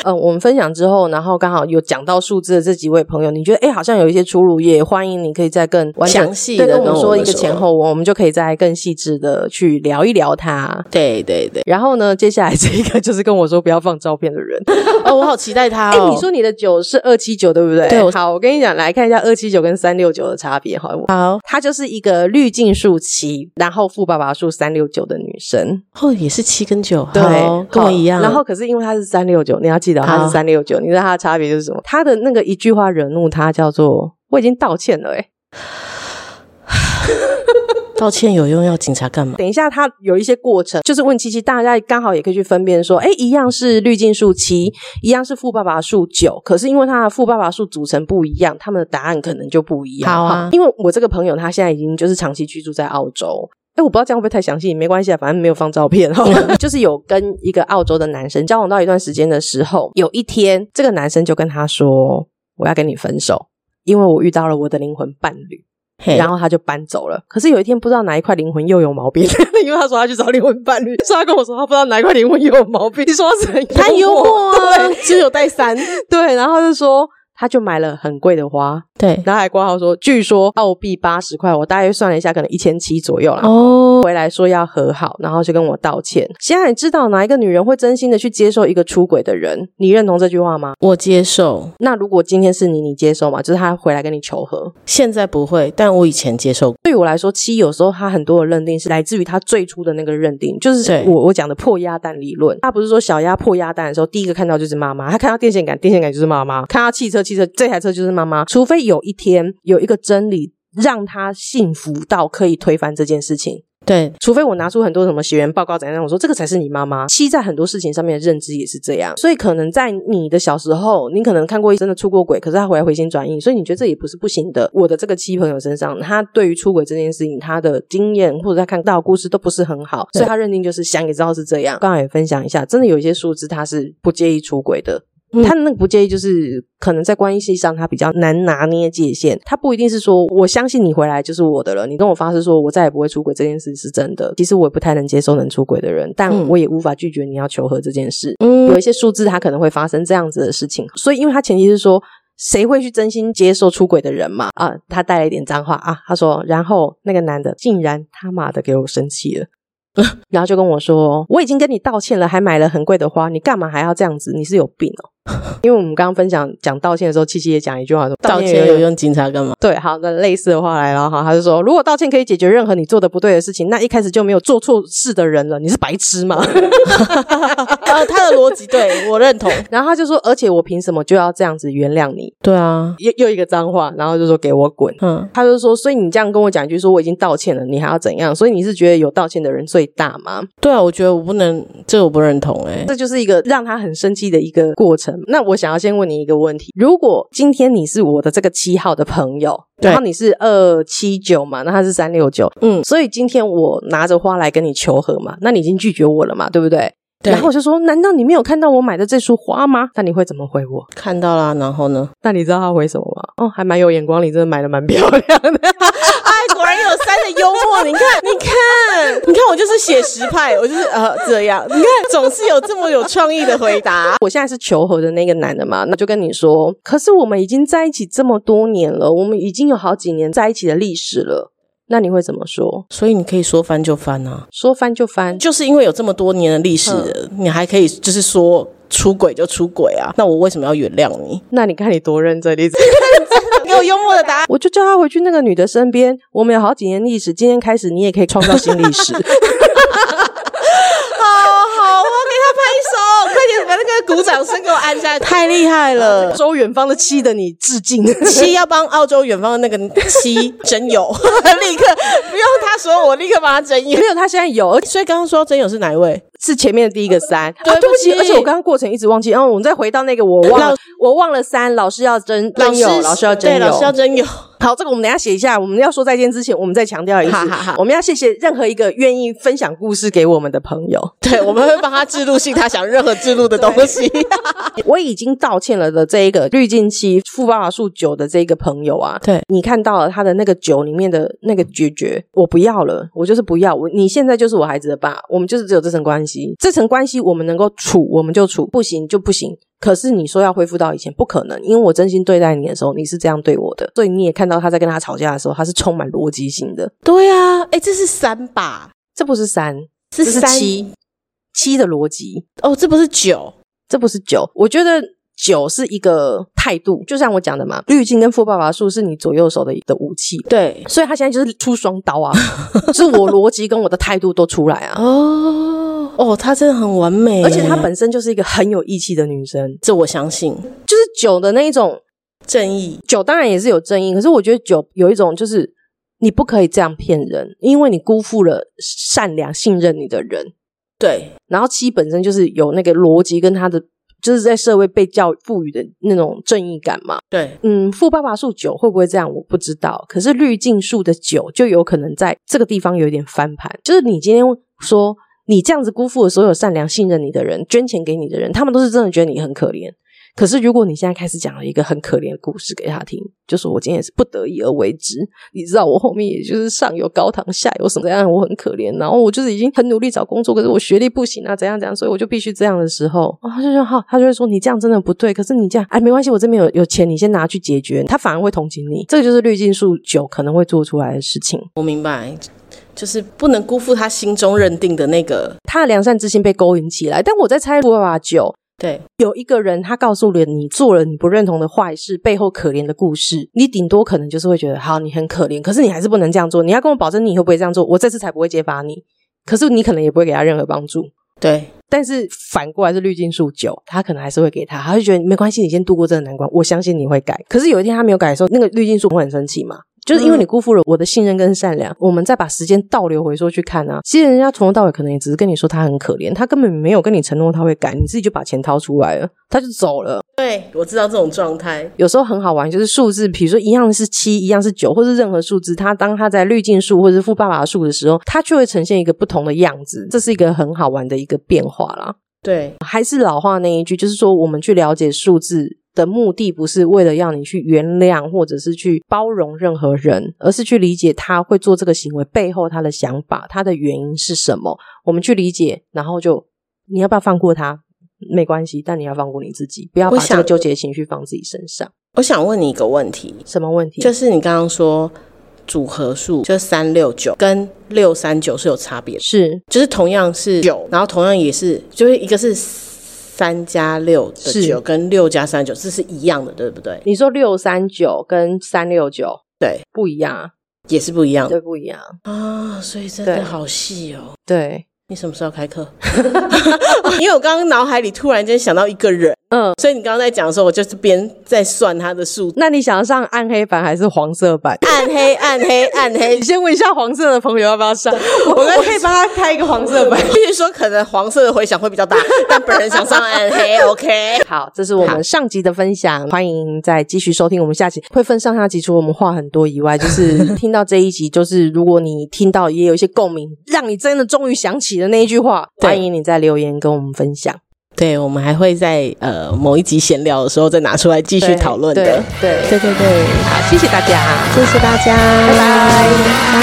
Speaker 1: 嗯，我们分享之后，然后刚好有讲到数字的这几位朋友，你觉得哎、诶好像有一些出入，也欢迎你可以再更完整
Speaker 2: 详细
Speaker 1: 对
Speaker 2: 地
Speaker 1: 跟我
Speaker 2: 跟
Speaker 1: 们
Speaker 2: 我
Speaker 1: 说
Speaker 2: 们
Speaker 1: 一个
Speaker 2: 说
Speaker 1: 前后文，我们就可以再更细致的去聊一聊它。
Speaker 2: 对对对，
Speaker 1: 然后呢，接下来这一个就是跟我说不要放照片的人，
Speaker 2: 哦，我好期待他
Speaker 1: 哎、
Speaker 2: 哦。
Speaker 1: 你说你的九是二七九对不对？
Speaker 2: 对我
Speaker 1: 好，我跟你讲，来看一下二七九跟三六九的差别好了，
Speaker 2: 好，
Speaker 1: 她就是一个滤镜数七，然后富爸爸数三六九的女生，
Speaker 2: 哦，也是七跟九，
Speaker 1: 对
Speaker 2: 好，跟我
Speaker 1: 好
Speaker 2: 一样。
Speaker 1: 然后可是因为她是三六九，你要记得哦她
Speaker 2: 好
Speaker 1: 是三六九，你知道她的差别就是什么？她的那个一句话惹怒她叫做“我已经道歉了、欸”，哎，
Speaker 2: 道歉有用，要警察干嘛？
Speaker 1: 等一下，它有一些过程，就是问七七，大家刚好也可以去分辨说，哎，一样是滤镜数七，一样是富爸爸数九，可是因为它的富爸爸数组成不一样，他们的答案可能就不一样。
Speaker 2: 好啊
Speaker 1: 因为我这个朋友他现在已经就是长期居住在澳洲。哎，我不知道这样会不会太详细，没关系啊，反正没有放照 片哦。就是有跟一个澳洲的男生交往到一段时间的时候，有一天这个男生就跟他说：“我要跟你分手，因为我遇到了我的灵魂伴侣。”
Speaker 2: 嘿
Speaker 1: 然后他就搬走了。可是有一天，不知道哪一块灵魂又有毛病， 因为他说他去找灵魂伴侣，所以他跟我说他不知道哪一块灵魂又有毛病。你说他是很
Speaker 2: 他幽默啊
Speaker 1: 对，
Speaker 2: 只有带三。
Speaker 1: 对，然后他就说。他就买了很贵的花，
Speaker 2: 对，
Speaker 1: 然后还挂号说，据说澳币八十块，我大约算了一下，可能一千七左右啦。
Speaker 2: 哦，
Speaker 1: 回来说要和好，然后就跟我道歉。现在你知道哪一个女人会真心的去接受一个出轨的人？你认同这句话吗？
Speaker 2: 我接受，
Speaker 1: 那如果今天是你，你接受吗？就是他回来跟你求和，
Speaker 2: 现在不会，但我以前接受过。
Speaker 1: 对我来说，七有时候他很多的认定是来自于他最初的那个认定，就是
Speaker 2: 对
Speaker 1: 我我讲的破鸭蛋理论。他不是说小鸭破鸭蛋的时候，第一个看到就是妈妈，他看到电线杆，电线杆就是妈妈，看到汽车，汽车这台车就是妈妈。除非有一天有一个真理让他幸福到可以推翻这件事情，
Speaker 2: 对，
Speaker 1: 除非我拿出很多什么学员报告怎样，我说这个才是你妈妈。七在很多事情上面的认知也是这样，所以可能在你的小时候，你可能看过真的出过轨，可是他回来回心转意，所以你觉得这也不是不行的。我的这个七朋友身上，他对于出轨这件事情，他的经验或者他看到的故事都不是很好，所以他认定就是想也知道是这样。刚好也分享一下，真的有一些数字他是不介意出轨的，他的那个不介意，就是可能在关系上他比较难拿捏界限。他不一定是说我相信你回来就是我的了，你跟我发誓说我再也不会出轨这件事是真的。其实我也不太能接受能出轨的人，但
Speaker 2: 嗯
Speaker 1: 我也无法拒绝你要求和这件事。有
Speaker 2: 嗯
Speaker 1: 一，些数字，它可能会发生这样子的事情。所以，因为它前提是说，谁会去真心接受出轨的人嘛？啊，他带了一点脏话啊，他说，然后那个男的竟然他妈的给我生气了。 然后就跟我说，我已经跟你道歉了，还买了很贵的花，你干嘛还要这样子？你是有病哦！ 因为我们刚刚分享讲道歉的时候，七七也讲一句话说，
Speaker 2: 道歉有。用，警察 干嘛？
Speaker 1: 对，好，那类似的话来了哈，他就说，如果道歉可以解决任何你做的不对的事情，那一开始就没有做错事的人了，你是白痴吗？
Speaker 2: 啊，他的逻辑 对我认同。
Speaker 1: 然后他就说，而且我凭什么就要这样子原谅你？
Speaker 2: 对啊，
Speaker 1: 又又一个脏话，然后就说给我滚。
Speaker 2: 嗯，
Speaker 1: 他就说，所以你这样跟我讲一句，说我已经道歉了，你还要怎样？所以你是觉得有道歉的人最大吗？
Speaker 2: 对啊，我觉得我不能，这个我不认同哎、
Speaker 1: 这就是一个让他很生气的一个过程。那我想要先问你一个问题：如果今天你是我的这个七号的朋友，
Speaker 2: 对
Speaker 1: 然后你是二七九嘛，那他是三六九，
Speaker 2: 嗯
Speaker 1: 所以今天我拿着花来跟你求和嘛，那你已经拒绝我了嘛，对不对？
Speaker 2: 对
Speaker 1: 然后我就说，难道你没有看到我买的这束花吗？那你会怎么回我？
Speaker 2: 看到啦，然后呢？
Speaker 1: 那你知道他回什么吗？哦，还蛮有眼光，你真的买的蛮漂亮的。
Speaker 2: 哎，果然有三的幽默，你看， 你看，你看，我就是写实派，我就是呃这样，你看，总是有这么有创意的回答。
Speaker 1: 我现在是求和的那个男的嘛，那就跟你说，可是我们已经在一起这么多年了，我们已经有好几年在一起的历史了，那你会怎么说？
Speaker 2: 所以你可以说翻就翻啊，嗯
Speaker 1: 说翻就翻，
Speaker 2: 就是因为有这么多年的历史了，你还可以就是说出轨就出轨啊，那我为什么要原谅 你？
Speaker 1: 那你看你多认真，你
Speaker 2: 给我幽默的答案。
Speaker 1: 我就叫他回去那个女的身边，我们有好几年历史，今天开始你也可以创造新 历史。
Speaker 2: 哦好好，我要给他拍手，快点把那个鼓掌声给我按下来，太厉害了！
Speaker 1: 周远方的妻的你致 敬。
Speaker 2: 七要帮澳洲远方的那个七真友， 立刻不用他说，我立刻帮他真友
Speaker 1: 没。有，他现在有，
Speaker 2: 所以刚刚说真友是哪一位？
Speaker 1: 是前面的第一个三。
Speaker 2: 对
Speaker 1: 啊、对
Speaker 2: 不
Speaker 1: 不
Speaker 2: 起
Speaker 1: 起，而且我刚刚过程一直忘记。然后我们再回到那个我忘
Speaker 2: 老
Speaker 1: 了，我忘了三，老师要真真有，老师要真
Speaker 2: 对，
Speaker 1: 有，
Speaker 2: 老师要真友。
Speaker 1: 好，这个我们等一下写一下。我们要说再见之前，我们再强调一次，
Speaker 2: 好好好
Speaker 1: 我们要谢谢任何一个愿意分享故事给我们的朋友。
Speaker 2: 对，我们会帮他置入性他想任何置入的东西。
Speaker 1: 我已经道歉了的这一个滤镜期富爸爸数九的这个朋友啊，
Speaker 2: 对
Speaker 1: 你看到了他的那个酒里面的那个决绝，我不要了，我就是不要，我你现在就是我孩子的爸，我们就是只有这层关系，这层关系我们能够处我们就处，不行就不行。可是你说要恢复到以前不可能，因为我真心对待你的时候，你是这样对我的，所以你也看到他在跟他吵架的时候，他是充满逻辑性的。
Speaker 2: 对啊，哎、这是三吧？
Speaker 1: 这不是三，
Speaker 2: 这
Speaker 1: 是
Speaker 2: 是
Speaker 1: 三
Speaker 2: 七
Speaker 1: 七的逻辑，
Speaker 2: 哦，这不是九。
Speaker 1: 这不是九。我觉得九是一个态度，就像我讲的嘛，滤镜跟富爸爸术是你左右手的的武器。
Speaker 2: 对
Speaker 1: 所以他现在就是出双刀啊，是我逻辑跟我的态度都出来 啊，
Speaker 2: 哦哦，他真的很完美，
Speaker 1: 而且她本身就是一个很有义气的女生，
Speaker 2: 这我相信
Speaker 1: 就是九的那一种
Speaker 2: 正义。
Speaker 1: 九当然也是有正义，可是我觉得九有一种就是你不可以这样骗人，因为你辜负了善良信任你的人。
Speaker 2: 对
Speaker 1: 然后七本身就是有那个逻辑跟他的，就是在社会被教赋予的那种正义感嘛。
Speaker 2: 对，
Speaker 1: 嗯，富爸爸数九会不会这样，我不知道。可是滤镜数的九就有可能在这个地方有一点翻盘，就是你今天说你这样子辜负了所有善良信任你的人，捐钱给你的人，他们都是真的觉得你很可怜。可是，如果你现在开始讲了一个很可怜的故事给他听，就说我今天也是不得已而为之，你知道我后面也就是上有高堂，下有什么样，我很可怜，然后我就是已经很努力找工作，可是我学历不行啊，怎样怎样，所以我就必须这样的时候，啊、他就说好，他就会说你这样真的不对，可是你这样，哎，没关系，我这边有有钱，你先拿去解决，他反而会同情你， 这个哎就是滤镜数九可能会做出来的事情，
Speaker 2: 我明白，就是不能辜负他心中认定的那个。
Speaker 1: 他的良善之心被勾引起来，但我在猜富爸爸九
Speaker 2: 对
Speaker 1: 有一个人，他告诉了你做了你不认同的坏事背后可怜的故事，你顶多可能就是会觉得，好，你很可怜，可是你还是不能这样做。你要跟我保证你以后不会这样做，我这次才不会揭发你。可是你可能也不会给他任何帮助。
Speaker 2: 对，
Speaker 1: 但是反过来是滤镜数九，他可能还是会给他，他就觉得没关系，你先度过这个难关，我相信你会改。可是有一天他没有改的时候，那个滤镜数会很生气嘛？就是因为你辜负了我的信任跟善良，我们再把时间倒流回说去看啊，其实人家从头到尾可能也只是跟你说他很可怜，他根本没有跟你承诺他会改，你自己就把钱掏出来了，他就走了。
Speaker 2: 对我知道这种状态。
Speaker 1: 有时候很好玩，就是数字，比如说一样是七，一样是九，或是任何数字，它当它在滤镜数或者是富爸爸数的时候，它就会呈现一个不同的样子，这是一个很好玩的一个变化啦。
Speaker 2: 对
Speaker 1: 还是老话那一句，就是说我们去了解数字的目的，不是为了要你去原谅或者是去包容任何人，而是去理解他会做这个行为背后他的想法，他的原因是什么。我们去理解，然后就你要不要放过他？没关系，但你要放过你自己，不要
Speaker 2: 我
Speaker 1: 把这
Speaker 2: 想
Speaker 1: 个纠结情绪放自己身上。
Speaker 2: 我想问你一个问题，
Speaker 1: 什么问题？
Speaker 2: 就是你刚刚说组合数就是三六九跟六三九是有差别的。
Speaker 1: 是
Speaker 2: 就是同样是九，然后同样也是，就是一个是三加六的
Speaker 1: 是
Speaker 2: 九，跟六加三九，这是一样的，对不对？
Speaker 1: 你说六三九跟三六九
Speaker 2: 对，
Speaker 1: 不一样啊，
Speaker 2: 也是不一样的
Speaker 1: 对，不一样啊，
Speaker 2: 啊、所以真的
Speaker 1: 对
Speaker 2: 好细哦。
Speaker 1: 对，
Speaker 2: 你什么时候开课？ 因为我刚刚脑海里突然间想到一个人，嗯
Speaker 1: 嗯，，
Speaker 2: 所以你刚刚在讲的时候，我就是边在算他的数
Speaker 1: 那你想要上暗黑版还是黄色版？
Speaker 2: 暗黑，暗黑，暗黑
Speaker 1: 你。先问一下黄色的朋友要不要上，我们可以帮他开一个黄色版。
Speaker 2: 必须说，可能黄色的回响会比较大，但本人想上暗黑，OK？
Speaker 1: 好，这是我们上集的分享，欢迎再继续收听我们下集。会分上下集，除了我们话很多以外，就是听到这一集，就是如果你听到也有一些共鸣，让你真的终于想起的那一句话，
Speaker 2: 对
Speaker 1: 欢迎你在留言跟我们分享，
Speaker 2: 对，我们还会在呃某一集闲聊的时候再拿出来继续
Speaker 1: 对
Speaker 2: 讨论的。
Speaker 1: 对对，
Speaker 2: 对对对，
Speaker 1: 好，谢谢大家。
Speaker 2: 谢谢大家，
Speaker 1: 拜拜。